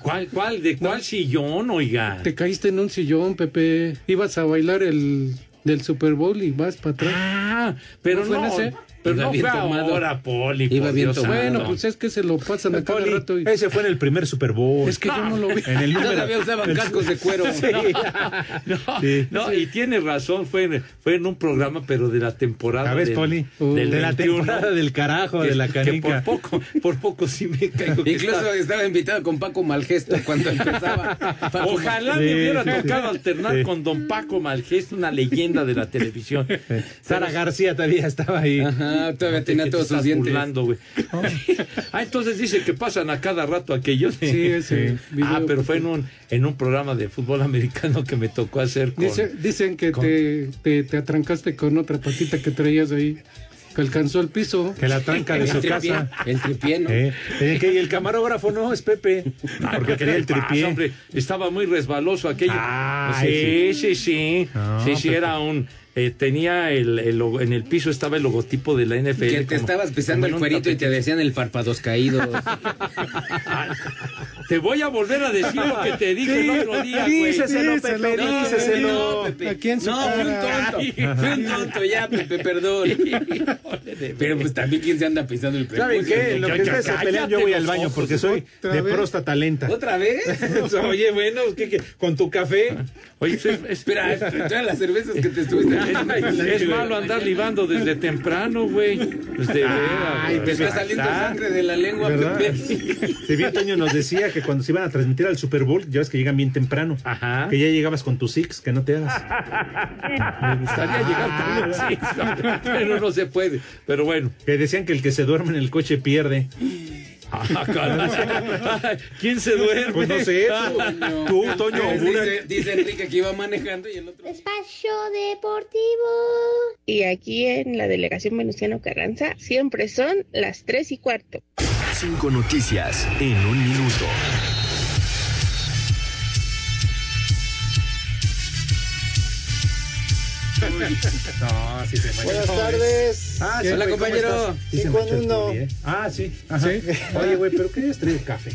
Speaker 6: ¿Cuál, cuál, de cuál sillón, oiga?
Speaker 10: Te caíste en un sillón, Pepe. Ibas a bailar el del Super Bowl y vas para atrás.
Speaker 6: Ah, pero
Speaker 10: ¿No fue
Speaker 6: no,
Speaker 10: en ese?
Speaker 6: pero
Speaker 9: Iba
Speaker 6: no
Speaker 9: bien
Speaker 6: fue
Speaker 9: tomado.
Speaker 6: ahora, Poli.
Speaker 9: Iba
Speaker 6: por
Speaker 9: bien
Speaker 6: Dios
Speaker 9: tomado.
Speaker 6: santo.
Speaker 10: Bueno, pues es que se lo pasan a cada
Speaker 11: Poli,
Speaker 10: rato. y-
Speaker 11: ese fue en el primer Super Bowl.
Speaker 10: Es que yo no lo vi. *laughs*
Speaker 11: En el número.
Speaker 9: Todavía usaban
Speaker 11: el-
Speaker 9: cascos de
Speaker 11: *laughs*
Speaker 9: cuero.
Speaker 6: no,
Speaker 11: Sí.
Speaker 6: *laughs* no, y tiene razón, fue en, fue en un programa, pero de la temporada.
Speaker 11: ¿Sabes,
Speaker 6: del-
Speaker 11: Poli?
Speaker 6: del
Speaker 11: de la
Speaker 6: 21,
Speaker 11: temporada del carajo,
Speaker 6: que-
Speaker 11: de la
Speaker 6: que
Speaker 11: canica.
Speaker 6: por poco, por poco sí me caigo. que
Speaker 9: Incluso
Speaker 6: está-
Speaker 9: estaba invitado con Paco Malgesto cuando empezaba. Paco
Speaker 6: *laughs* Ojalá
Speaker 11: Sí,
Speaker 6: me hubiera
Speaker 11: sí,
Speaker 6: tocado
Speaker 11: sí.
Speaker 6: alternar
Speaker 11: Sí.
Speaker 6: con don Paco Malgesto, una leyenda de la
Speaker 11: *laughs*
Speaker 6: televisión.
Speaker 11: Eh, Sara García todavía estaba ahí.
Speaker 9: Ajá, todavía
Speaker 6: Que
Speaker 9: tenía
Speaker 6: te
Speaker 9: todos
Speaker 6: estás
Speaker 9: sus dientes.
Speaker 6: burlando, güey. *laughs* ah, entonces dice que pasan a cada rato aquellos.
Speaker 10: Sí, ese
Speaker 6: Ah,
Speaker 10: video.
Speaker 6: pero fue en un, en un programa de fútbol americano que me tocó hacer con...
Speaker 10: Dice- dicen que
Speaker 6: con-
Speaker 10: te, te, te atrancaste con otra patita que traías ahí. Que alcanzó el piso.
Speaker 11: Que la tranca de
Speaker 9: El
Speaker 11: su
Speaker 9: tripié,
Speaker 11: casa.
Speaker 9: el tripié, ¿no?
Speaker 11: Eh, eh, que- y el camarógrafo no es Pepe. Porque tenía el
Speaker 6: ¿Qué pasa,
Speaker 11: tripié.
Speaker 6: hombre? Estaba muy resbaloso aquello.
Speaker 11: Ah,
Speaker 6: sí,
Speaker 11: ese.
Speaker 6: sí, sí.
Speaker 11: No,
Speaker 6: sí, sí,
Speaker 11: pero-
Speaker 6: era un... eh, tenía el, el logo- en el piso estaba el logotipo de la NFL.
Speaker 9: Que te
Speaker 6: como-
Speaker 9: estabas
Speaker 6: como
Speaker 9: pisando
Speaker 6: en
Speaker 9: el
Speaker 6: un
Speaker 9: cuerito y te
Speaker 6: *laughs* tapete.
Speaker 9: decían el párpados *laughs* caídos.
Speaker 6: Te voy a volver a decir lo que te dije el otro día, güey.
Speaker 11: Díseselo, Pepe,
Speaker 9: No,
Speaker 11: díseselo.
Speaker 9: Pepe, no,
Speaker 10: Aquí en su
Speaker 9: no,
Speaker 10: cara.
Speaker 9: fui un tonto. Fui un tonto, ya, Pepe,
Speaker 11: *laughs*
Speaker 9: perdón. Pero pues también quién se anda pisando el
Speaker 11: ¿Saben
Speaker 9: prepucio.
Speaker 11: qué? En Lo que ustedes se pelean, yo voy al baño porque soy de
Speaker 10: vez?
Speaker 11: próstata lenta.
Speaker 9: ¿Otra
Speaker 6: *laughs*
Speaker 11: *laughs*
Speaker 9: vez?
Speaker 11: Ah. Oye, bueno, ¿qué- qué? con tu café.
Speaker 6: Oye, pues, es- es-
Speaker 9: Espera, todas las cervezas que te estuviste *laughs*
Speaker 6: Es, es malo andar libando desde temprano, güey. Pues de
Speaker 9: Ay,
Speaker 6: veras.
Speaker 9: me está saliendo sangre de la lengua, *laughs*
Speaker 11: ¿Verdad?
Speaker 9: Pepe.
Speaker 11: *laughs* Si bien Toño nos decía que cuando se iban a transmitir al Super Bowl, ya ves que llegan bien temprano. Que ya llegabas con tus six, que no te hagas.
Speaker 6: *laughs* Me gustaría llegar con un *laughs* sí, pero no se puede. Pero bueno.
Speaker 11: Que decían que el que se duerme en el coche pierde.
Speaker 6: Ah, caray. *laughs* ¿Quién se duerme?
Speaker 11: Pues
Speaker 9: *laughs*
Speaker 11: no sé, tú, tú, Toño,
Speaker 9: Pues
Speaker 11: Obura.
Speaker 9: Dice, dice Enrique que iba manejando y el otro.
Speaker 32: Espacio Deportivo.
Speaker 30: Y aquí en la delegación Venustiano Carranza siempre son las tres y cuarto.
Speaker 2: Cinco noticias en un minuto.
Speaker 11: No, sí se
Speaker 7: Buenas tardes.
Speaker 11: Ah, sí,
Speaker 7: Hola,
Speaker 11: güey, ¿cómo
Speaker 7: compañero.
Speaker 11: estás? Sí, se
Speaker 7: Cinco en
Speaker 11: manchó el
Speaker 7: uno.
Speaker 11: poli, ¿eh? Ah, sí. ajá. Oye, güey, *laughs* ¿pero qué has traído café?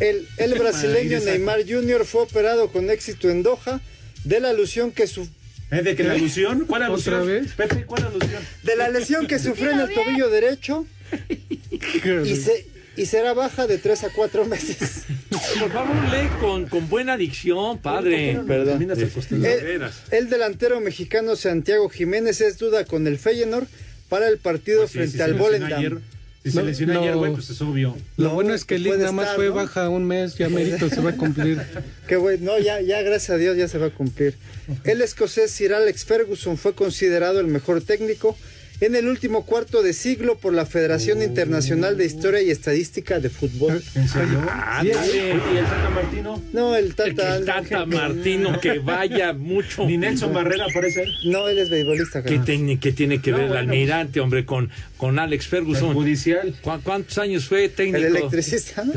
Speaker 7: El, el brasileño
Speaker 11: Madre,
Speaker 7: Neymar Jr. fue operado con éxito en Doha de la alusión que su
Speaker 11: ¿Eh, ¿De que la alusión? ¿Cuál alusión?
Speaker 7: ¿Otra vez?
Speaker 11: Pepe, ¿cuál alusión?
Speaker 7: de la lesión
Speaker 11: *laughs*
Speaker 7: que sufrió en el tobillo derecho y, se- y será baja de 3 a 4 meses.
Speaker 6: Por favor, lee con, con buena adicción, padre.
Speaker 7: Perdón.
Speaker 6: Terminas acostado.
Speaker 7: Eh,
Speaker 6: De veras.
Speaker 7: El delantero mexicano Santiago Jiménez es duda con el Feyenoord para el partido
Speaker 11: Pues Sí,
Speaker 7: frente
Speaker 11: si se
Speaker 7: al
Speaker 11: lesionó
Speaker 7: Volendam.
Speaker 11: ayer- Si se
Speaker 7: No,
Speaker 11: lesionó
Speaker 7: no.
Speaker 11: ayer, güey, pues es obvio.
Speaker 7: Lo
Speaker 10: bueno es que el
Speaker 7: puede
Speaker 10: nada más
Speaker 7: estar,
Speaker 10: fue
Speaker 7: ¿no?
Speaker 10: baja un mes, ya merito se va a cumplir.
Speaker 7: *laughs* Qué bueno, no, ya, ya, gracias a Dios, ya se va a cumplir. El escocés Sir Alex Ferguson fue considerado el mejor técnico en el último cuarto de siglo por la Federación Internacional de Historia y Estadística de Fútbol.
Speaker 11: ¿En serio?
Speaker 6: Sí,
Speaker 11: ¿Y el Santa Martino?
Speaker 7: No, el Tata.
Speaker 6: El Tata Martino, que vaya mucho.
Speaker 11: Ni Nelson Barrera aparece ahí. Ah.
Speaker 7: No, él es beisbolista.
Speaker 6: ¿Qué,
Speaker 7: carnal.
Speaker 6: tiene, qué tiene que
Speaker 7: No,
Speaker 6: ver el
Speaker 7: bueno,
Speaker 6: almirante, hombre, con, con Alex Ferguson?
Speaker 11: judicial.
Speaker 6: ¿Cuántos años fue técnico?
Speaker 7: El electricista. ¿no?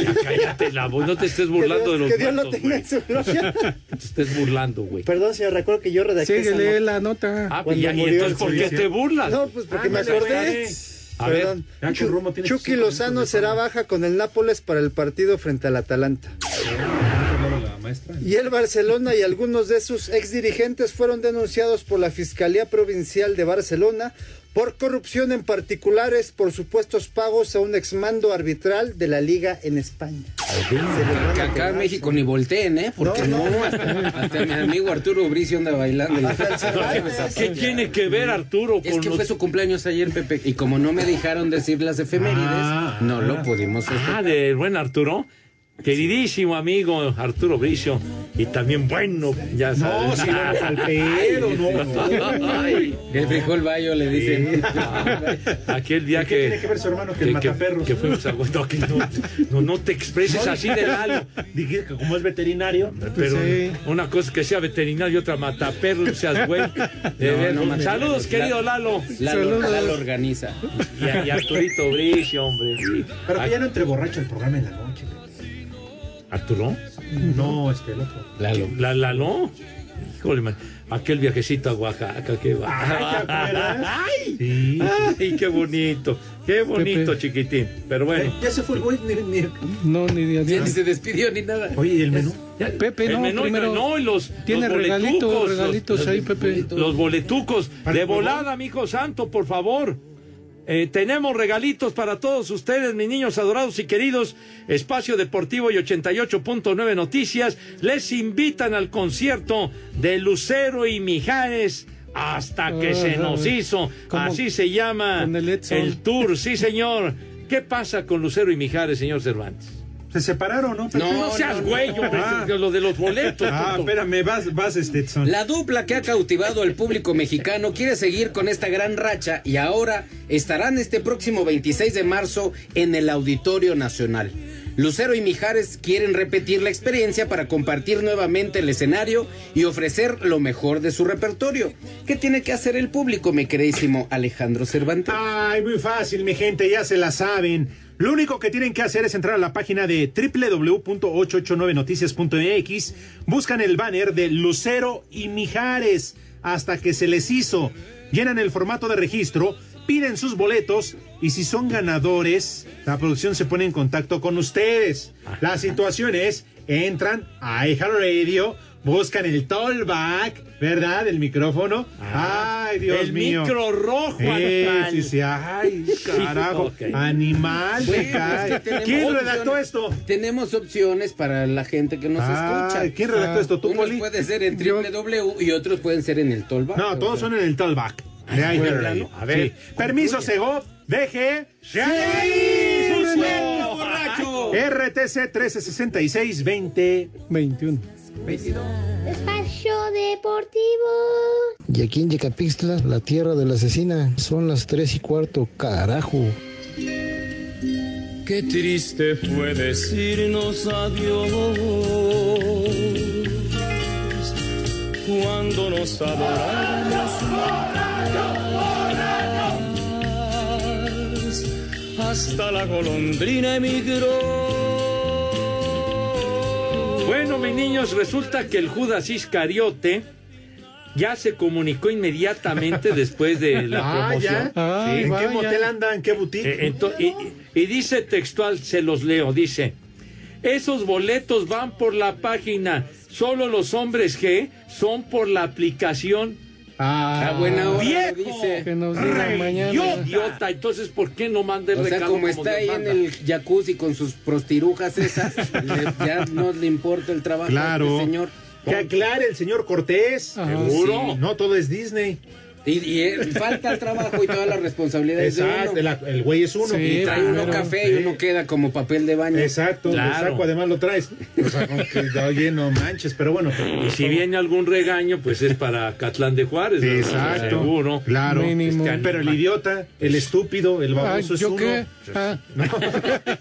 Speaker 6: Ya cállate la voz, no te estés burlando de los
Speaker 7: que Dios lo
Speaker 6: muertos,
Speaker 7: tenga en su gloria.
Speaker 6: güey. No te estés burlando, güey.
Speaker 7: Perdón, señor, recuerdo que yo redacté esa
Speaker 10: Síguele
Speaker 7: nota.
Speaker 10: la nota.
Speaker 6: Ah, pues ya, ¿y entonces por qué te burlas?
Speaker 7: No, pues porque
Speaker 6: Ah,
Speaker 7: me
Speaker 6: no le
Speaker 7: acordé.
Speaker 6: aclaré. A
Speaker 7: Perdón.
Speaker 6: ver,
Speaker 7: Chu- Chucky Lozano será baja con el Nápoles para el partido frente al Atalanta.
Speaker 11: La maestra.
Speaker 7: Y el Barcelona y algunos de sus ex dirigentes fueron denunciados por la Fiscalía Provincial de Barcelona por corrupción en particulares por supuestos pagos a un exmando arbitral de la liga en España.
Speaker 9: Que acá en México ni volteen, ¿eh? Porque no. Hasta, hasta mi amigo Arturo Bricio anda bailando.
Speaker 11: *laughs*
Speaker 6: ¿Qué tiene que ver Arturo
Speaker 9: pues, Es
Speaker 6: con
Speaker 9: que
Speaker 6: los
Speaker 9: fue su cumpleaños ayer, Pepe, y como no me dejaron decir las efemérides, no lo pudimos
Speaker 6: Ah, del buen Arturo. Queridísimo amigo Arturo Bricio. Y también bueno, ya
Speaker 11: No,
Speaker 6: sabes.
Speaker 11: si no, al pedo,
Speaker 6: *laughs*
Speaker 11: no.
Speaker 6: Ay.
Speaker 9: El frijol bayo le dicen.
Speaker 6: *laughs* Aquel día
Speaker 11: ¿Qué
Speaker 6: que.
Speaker 11: tiene que ver su hermano que el mataperros?
Speaker 6: que fuimos a no, que no, no, no te expreses así de malo.
Speaker 11: Dije que como es veterinario.
Speaker 7: pues
Speaker 6: Pero una cosa es que sea veterinario y otra mataperros, seas güey. De
Speaker 9: No,
Speaker 6: ver-
Speaker 9: no me-
Speaker 6: Eh, Saludos,
Speaker 9: la-
Speaker 6: querido Lalo.
Speaker 9: Lalo, Lalo organiza.
Speaker 6: Y, a, y Arturito Bricio, hombre.
Speaker 11: Pero que ya no entre borracho el programa en la noche.
Speaker 6: ¿Arturo?
Speaker 11: No, este, el
Speaker 6: *laughs*
Speaker 11: otro.
Speaker 9: Lalo.
Speaker 6: La, la, no. Híjole, man. Aquel viajecito a Oaxaca, qué va. *laughs* Ay, Ay, qué bonito. Qué bonito,
Speaker 10: Pepe.
Speaker 6: chiquitín. Pero bueno.
Speaker 11: Ya se fue el güey. ni- ni-
Speaker 10: No, ni de
Speaker 9: Ya ni
Speaker 10: adiós.
Speaker 9: se despidió ni nada.
Speaker 11: Oye, ¿y el menú?
Speaker 6: Ya,
Speaker 10: Pepe,
Speaker 6: el
Speaker 10: no,
Speaker 6: menú,
Speaker 10: primero.
Speaker 6: no, y los,
Speaker 10: Tiene
Speaker 6: los
Speaker 10: regalitos,
Speaker 6: boletucos,
Speaker 10: regalitos ahí, Pepe.
Speaker 6: Los boletucos. De volada, amigo santo, por favor. Eh, tenemos regalitos para todos ustedes, mis niños adorados y queridos. Espacio Deportivo y 88.9 Noticias les invitan al concierto de Lucero y Mijares hasta que se nos hizo.
Speaker 10: ¿Cómo?
Speaker 6: Así se llama
Speaker 10: Con el Edson.
Speaker 6: tour, sí, señor. ¿Qué pasa con Lucero y Mijares, señor Cervantes?
Speaker 11: Se separaron, ¿no? Pepe?
Speaker 6: No, seas güey, hombre,
Speaker 11: Ah.
Speaker 6: lo de los boletos.
Speaker 11: Ah,
Speaker 6: tonto.
Speaker 11: espérame, vas, vas, este, Stetson.
Speaker 9: La dupla que ha cautivado al público mexicano quiere seguir con esta gran racha y ahora estarán este próximo 26 de marzo en el Auditorio Nacional. Lucero y Mijares quieren repetir la experiencia para compartir nuevamente el escenario y ofrecer lo mejor de su repertorio. ¿Qué tiene que hacer el público, mi queridísimo Alejandro Cervantes?
Speaker 11: Ay, muy fácil, mi gente, ya se la saben. Lo único que tienen que hacer es entrar a la página de www.889noticias.mx, buscan el banner de Lucero y Mijares hasta que se les hizo, llenan el formato de registro, piden sus boletos y si son ganadores, la producción se pone en contacto con ustedes. La situación es, entran a iHeartRadio, buscan el tollback, ¿verdad? El micrófono. Ah, Ay, Dios
Speaker 6: el
Speaker 11: mío.
Speaker 6: micro rojo,
Speaker 11: Eh,
Speaker 6: animal.
Speaker 11: sí, sí, ay, carajo.
Speaker 9: Ok.
Speaker 11: Animal,
Speaker 9: Bueno,
Speaker 11: te
Speaker 9: pues,
Speaker 11: cae.
Speaker 9: que tenemos
Speaker 11: ¿Quién
Speaker 9: opciones-
Speaker 11: redactó esto?
Speaker 9: Tenemos opciones para la gente que nos
Speaker 11: Ah,
Speaker 9: escucha.
Speaker 11: ¿quién redactó esto? ¿Tú,
Speaker 9: Unos
Speaker 11: Poli?
Speaker 9: puede ser en www y otros pueden ser en el Ah, Tolba.
Speaker 11: No, todos son en el Talback. De ahí,
Speaker 9: ¿de
Speaker 11: de
Speaker 9: plano?
Speaker 11: ahí. A ver, permiso, Segov, deje. ¡Sí!
Speaker 9: ¡Suelta, borracho!
Speaker 11: RTC 1366 20
Speaker 10: 21.
Speaker 32: Espacio Deportivo.
Speaker 20: Y aquí en Yecapixtla, la tierra de la asesina, son las 3 y cuarto, carajo.
Speaker 5: Qué triste fue decirnos adiós cuando nos adoramos. Hasta la golondrina emigró.
Speaker 6: Bueno, mis niños, resulta que el Judas Iscariote ya se comunicó
Speaker 11: *laughs*
Speaker 6: inmediatamente después de la
Speaker 11: Ah,
Speaker 6: promoción.
Speaker 11: ya.
Speaker 6: Sí.
Speaker 11: ¿En qué motel anda? ¿En qué boutique?
Speaker 6: Eh, ento- y, y dice textual, se los leo, dice, esos boletos van por la página, solo los hombres G son por la aplicación.
Speaker 10: Ah,
Speaker 9: A buena hora
Speaker 6: viejo,
Speaker 9: lo dice.
Speaker 10: Que nos diga mañana.
Speaker 6: idiota, entonces ¿por qué no manda el
Speaker 9: O sea,
Speaker 6: recado
Speaker 9: como está
Speaker 6: Dios
Speaker 9: ahí en
Speaker 6: manda?
Speaker 9: el jacuzzi con sus prostirujas esas, le- ya no le importa el trabajo a
Speaker 11: Claro.
Speaker 9: este señor.
Speaker 11: Que aclare el señor Cortés. Seguro.
Speaker 9: Sí.
Speaker 11: No todo es Disney.
Speaker 9: Y, y, eh, falta el trabajo y toda la responsabilidad es de
Speaker 11: Exacto,
Speaker 9: uno.
Speaker 11: el, el güey es uno.
Speaker 9: y trae uno
Speaker 11: Claro.
Speaker 9: café
Speaker 11: Sí.
Speaker 9: y uno queda como papel de baño.
Speaker 11: Exacto, el saco además lo traes. O sea, como que, oye, no manches, pero bueno.
Speaker 6: Y si viene algún regaño, pues es para Catlán de Juárez. ¿no?
Speaker 11: Exacto.
Speaker 6: Seguro.
Speaker 11: Claro.
Speaker 6: Mínimo.
Speaker 11: Pero el idiota, el estúpido, el
Speaker 10: Ah,
Speaker 11: baboso es
Speaker 10: ¿Yo
Speaker 11: uno.
Speaker 10: qué? Ah,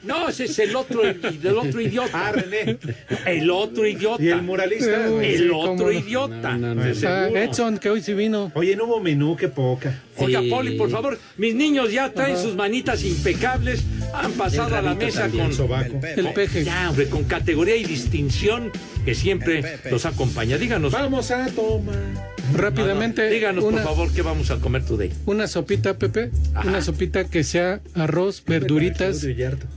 Speaker 6: No, ese es el otro, el otro idiota.
Speaker 11: Ah, René.
Speaker 6: El otro idiota.
Speaker 11: Y el muralista.
Speaker 10: Eh,
Speaker 11: güey.
Speaker 10: sí,
Speaker 6: El
Speaker 10: cómo
Speaker 6: otro
Speaker 10: no.
Speaker 6: idiota.
Speaker 10: ah,
Speaker 6: De seguro.
Speaker 10: Edson, que hoy sí vino.
Speaker 11: Oye, no hubo menú, qué poca.
Speaker 6: Oiga,
Speaker 11: Sí.
Speaker 6: Poli, por favor, mis niños ya traen sus manitas impecables, han pasado a la mesa con
Speaker 11: sobaco.
Speaker 10: El peje.
Speaker 6: Ya, hombre, con categoría y distinción que siempre los acompaña. Díganos.
Speaker 11: Vamos a tomar.
Speaker 10: Rápidamente.
Speaker 6: No, no, Díganos,
Speaker 10: una-
Speaker 6: por favor, qué vamos a comer today.
Speaker 10: Una sopita, Pepe. Una sopita que sea arroz, verduritas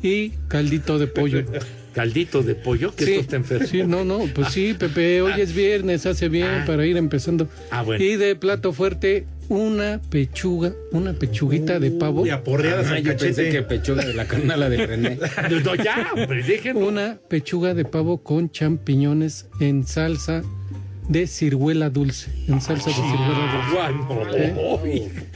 Speaker 10: y caldito de pollo.
Speaker 6: Caldito de pollo, que
Speaker 10: Sí,
Speaker 6: esto está enfermo.
Speaker 10: sí, no, no, pues sí, Pepe, hoy es viernes, hace bien para ir empezando.
Speaker 6: Ah, bueno.
Speaker 10: Y de plato fuerte, una pechuga, una pechuguita de pavo.
Speaker 11: Y aporreadas
Speaker 9: Ah,
Speaker 11: al
Speaker 9: yo pensé
Speaker 11: cachete.
Speaker 9: que pechuga de la carnala de
Speaker 11: *laughs*
Speaker 9: René.
Speaker 6: No, ya, hombre, déjenlo.
Speaker 10: Una pechuga de pavo con champiñones en salsa de ciruela dulce. En
Speaker 9: Ah,
Speaker 10: salsa de ciruela dulce.
Speaker 6: Bueno,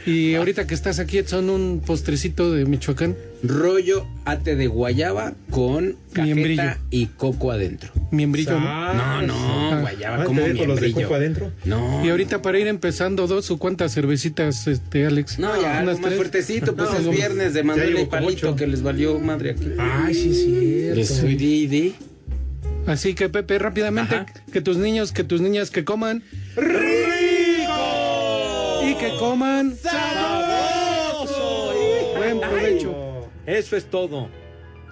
Speaker 10: Y ahorita que estás aquí, son un postrecito de Michoacán,
Speaker 9: Rollo ate de guayaba con
Speaker 10: Miembrillo.
Speaker 9: cajeta y coco adentro.
Speaker 10: miembrillo. ¿no?
Speaker 9: No, no, guayaba
Speaker 11: Ah,
Speaker 9: como
Speaker 11: ¿te dejo los de
Speaker 9: miembrillo.
Speaker 11: coco adentro?
Speaker 9: No.
Speaker 10: Y ahorita para ir empezando dos o cuántas cervecitas, este, Alex.
Speaker 9: No, ya, algo
Speaker 10: Unas
Speaker 9: más
Speaker 10: tres.
Speaker 9: fuertecito, pues
Speaker 10: No,
Speaker 9: es
Speaker 10: algo-
Speaker 9: viernes de
Speaker 11: Ya
Speaker 9: Manuel y
Speaker 11: llevo como
Speaker 9: Palito
Speaker 11: ocho.
Speaker 9: que les valió madre aquí.
Speaker 11: Ay, sí, sí.
Speaker 9: Les soy di, di.
Speaker 10: Así que Pepe, rápidamente, que tus niños, que tus niñas que coman
Speaker 6: ¡Rico!
Speaker 10: y que coman buen provecho.
Speaker 6: Eso es todo.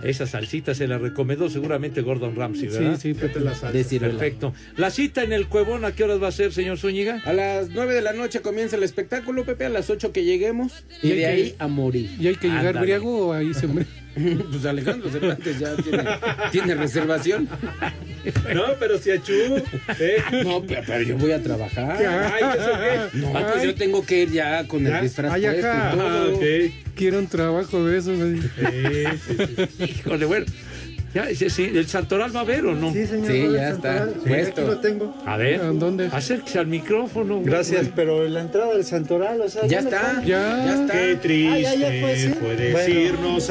Speaker 6: Esa salsita se la recomendó seguramente Gordon Ramsay, ¿verdad?
Speaker 10: Sí, sí, Pepe.
Speaker 9: De ciruela.
Speaker 6: Perfecto. La cita en el Cuevón, ¿a qué horas va a ser, señor Zúñiga?
Speaker 9: A las 9 de la noche comienza el espectáculo, Pepe, a las 8 que lleguemos.
Speaker 10: Y
Speaker 9: Y
Speaker 10: hay
Speaker 9: de
Speaker 10: que-
Speaker 9: ahí a morir.
Speaker 10: Y hay que llegar
Speaker 6: Ándale.
Speaker 10: briago o ahí se muere.
Speaker 9: *laughs* Pues Alejandro Cervantes ya
Speaker 10: *laughs*
Speaker 9: tiene, tiene reservación.
Speaker 11: *laughs* No, pero si a Chu. eh.
Speaker 9: No, pero, pero yo voy a trabajar.
Speaker 11: Ay, ¿eso qué?
Speaker 9: No, pues yo tengo que ir ya con
Speaker 11: Ya,
Speaker 9: el disfraz
Speaker 10: ay,
Speaker 9: puesto y
Speaker 10: ajá.
Speaker 11: Ah,
Speaker 9: todo.
Speaker 11: ok.
Speaker 10: Quiero un trabajo de eso. güey.
Speaker 11: Sí, sí, sí.
Speaker 6: Híjole, bueno. Ya, sí, sí, ¿El santoral va a haber o no?
Speaker 11: señor.
Speaker 9: Sí,
Speaker 11: Robert
Speaker 9: ya está,
Speaker 33: Pues,
Speaker 11: Santoral. Sí,
Speaker 9: puesto.
Speaker 11: Aquí lo tengo.
Speaker 6: A ver.
Speaker 10: ¿A dónde?
Speaker 6: Acérquese al micrófono. güey.
Speaker 11: Gracias.
Speaker 33: Pero la entrada del Santoral, o sea,
Speaker 9: Ya
Speaker 33: me
Speaker 9: está,
Speaker 33: están-
Speaker 10: Ya.
Speaker 9: ya
Speaker 11: Qué
Speaker 9: está.
Speaker 11: triste
Speaker 33: Ah, ya, ya fue, sí.
Speaker 11: fue
Speaker 33: Bueno.
Speaker 11: decirnos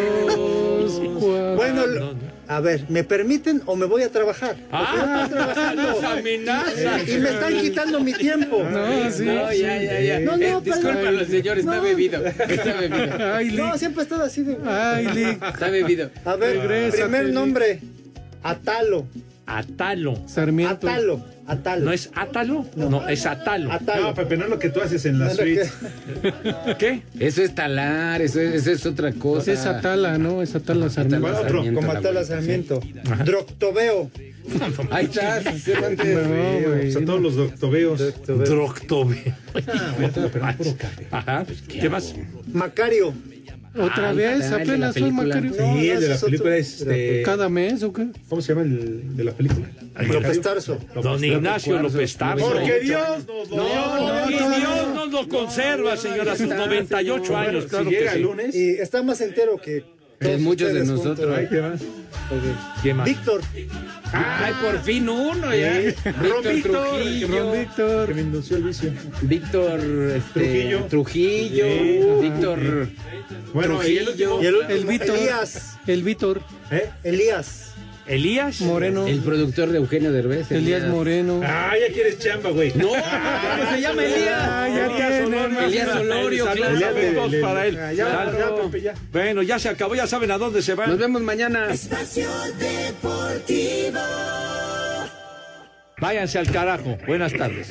Speaker 11: adiós.
Speaker 33: *laughs*
Speaker 10: Guau.
Speaker 33: Bueno,
Speaker 6: no, no.
Speaker 33: a ver, ¿me permiten o me voy a trabajar?
Speaker 6: Ah,
Speaker 33: Porque yo estoy trabajando.
Speaker 6: las amenazas.
Speaker 33: Y me están quitando mi tiempo.
Speaker 10: No, Ah, sí.
Speaker 9: No, ya, ya, ya.
Speaker 33: No, no,
Speaker 9: Eh,
Speaker 33: perdón.
Speaker 9: discúlpalo, señor, está
Speaker 33: No.
Speaker 9: bebido. Está bebido.
Speaker 33: *laughs*
Speaker 10: Ay,
Speaker 33: No,
Speaker 10: Lick.
Speaker 33: siempre he estado así de...
Speaker 10: *laughs* Ay, Lick.
Speaker 9: Está bebido.
Speaker 33: A ver,
Speaker 10: Regrésate,
Speaker 33: primer
Speaker 10: Lick.
Speaker 33: nombre, Atalo.
Speaker 6: Atalo.
Speaker 10: Sarmiento.
Speaker 33: Atalo, Atalo.
Speaker 6: ¿No es átalo? No, es atalo.
Speaker 33: Atalo.
Speaker 11: No, Pepe, no es lo que tú haces en las *laughs*
Speaker 33: No es lo
Speaker 11: suites.
Speaker 6: ¿Qué?
Speaker 9: Eso es talar, eso es, eso es otra cosa.
Speaker 10: Pues Es Atala, ¿no? Es Atala Sarmiento.
Speaker 11: ¿Cuál otro?
Speaker 9: Sarmiento,
Speaker 33: Como
Speaker 9: la
Speaker 33: Atala
Speaker 9: abuela,
Speaker 33: Sarmiento. Droctobeo.
Speaker 9: Ahí está, Cervantes.
Speaker 10: No, güey.
Speaker 11: O sea, todos los doctobeos.
Speaker 6: Droctobe.
Speaker 11: Ah, bueno, pero no puro café.
Speaker 6: Ajá. ¿Qué más?
Speaker 33: Macario.
Speaker 10: Otra vez, apenas soy Macario.
Speaker 11: Sí, el de la película es. este,
Speaker 10: ¿Cada mes o qué?
Speaker 11: ¿Cómo se llama el de la película?
Speaker 34: López Tarso.
Speaker 6: Don Ignacio López Tarso.
Speaker 34: Porque Dios nos lo
Speaker 6: No,
Speaker 34: dio.
Speaker 6: y Dios nos lo conserva, señora, a sus 98 años. Claro que sí.
Speaker 34: Y está más entero que
Speaker 9: De
Speaker 34: todos
Speaker 9: muchos de
Speaker 34: ustedes
Speaker 9: nosotros.
Speaker 34: juntos.
Speaker 6: ¿Quién Pues, más?
Speaker 34: Víctor.
Speaker 9: Ay, por fin uno ya. Víctor Trujillo.
Speaker 10: Víctor.
Speaker 11: Que me indució el vicio.
Speaker 9: Víctor este,
Speaker 11: Trujillo.
Speaker 9: Trujillo.
Speaker 11: Sí,
Speaker 9: Víctor.
Speaker 11: Bueno, y el último.
Speaker 34: Y el
Speaker 10: El
Speaker 34: último,
Speaker 10: Víctor.
Speaker 34: Elías.
Speaker 10: El Víctor
Speaker 11: ¿Eh?
Speaker 34: Elías.
Speaker 6: Elías
Speaker 10: Moreno.
Speaker 9: El productor de Eugenio Derbez.
Speaker 10: Elías Moreno.
Speaker 11: Ah, ya quieres chamba, güey.
Speaker 9: No, pues se llama
Speaker 10: Ah,
Speaker 9: Elías.
Speaker 10: ya tiene, hermano.
Speaker 9: Elías Solorio, claro.
Speaker 6: Saludos
Speaker 11: Le-
Speaker 6: todos
Speaker 11: le-
Speaker 6: para él.
Speaker 11: Ah, ya,
Speaker 6: Claro.
Speaker 11: ya, Pepe, ya.
Speaker 6: Bueno, ya se acabó, ya saben a dónde se van.
Speaker 9: Nos vemos mañana.
Speaker 5: Deportivo.
Speaker 6: Váyanse al carajo. Buenas tardes.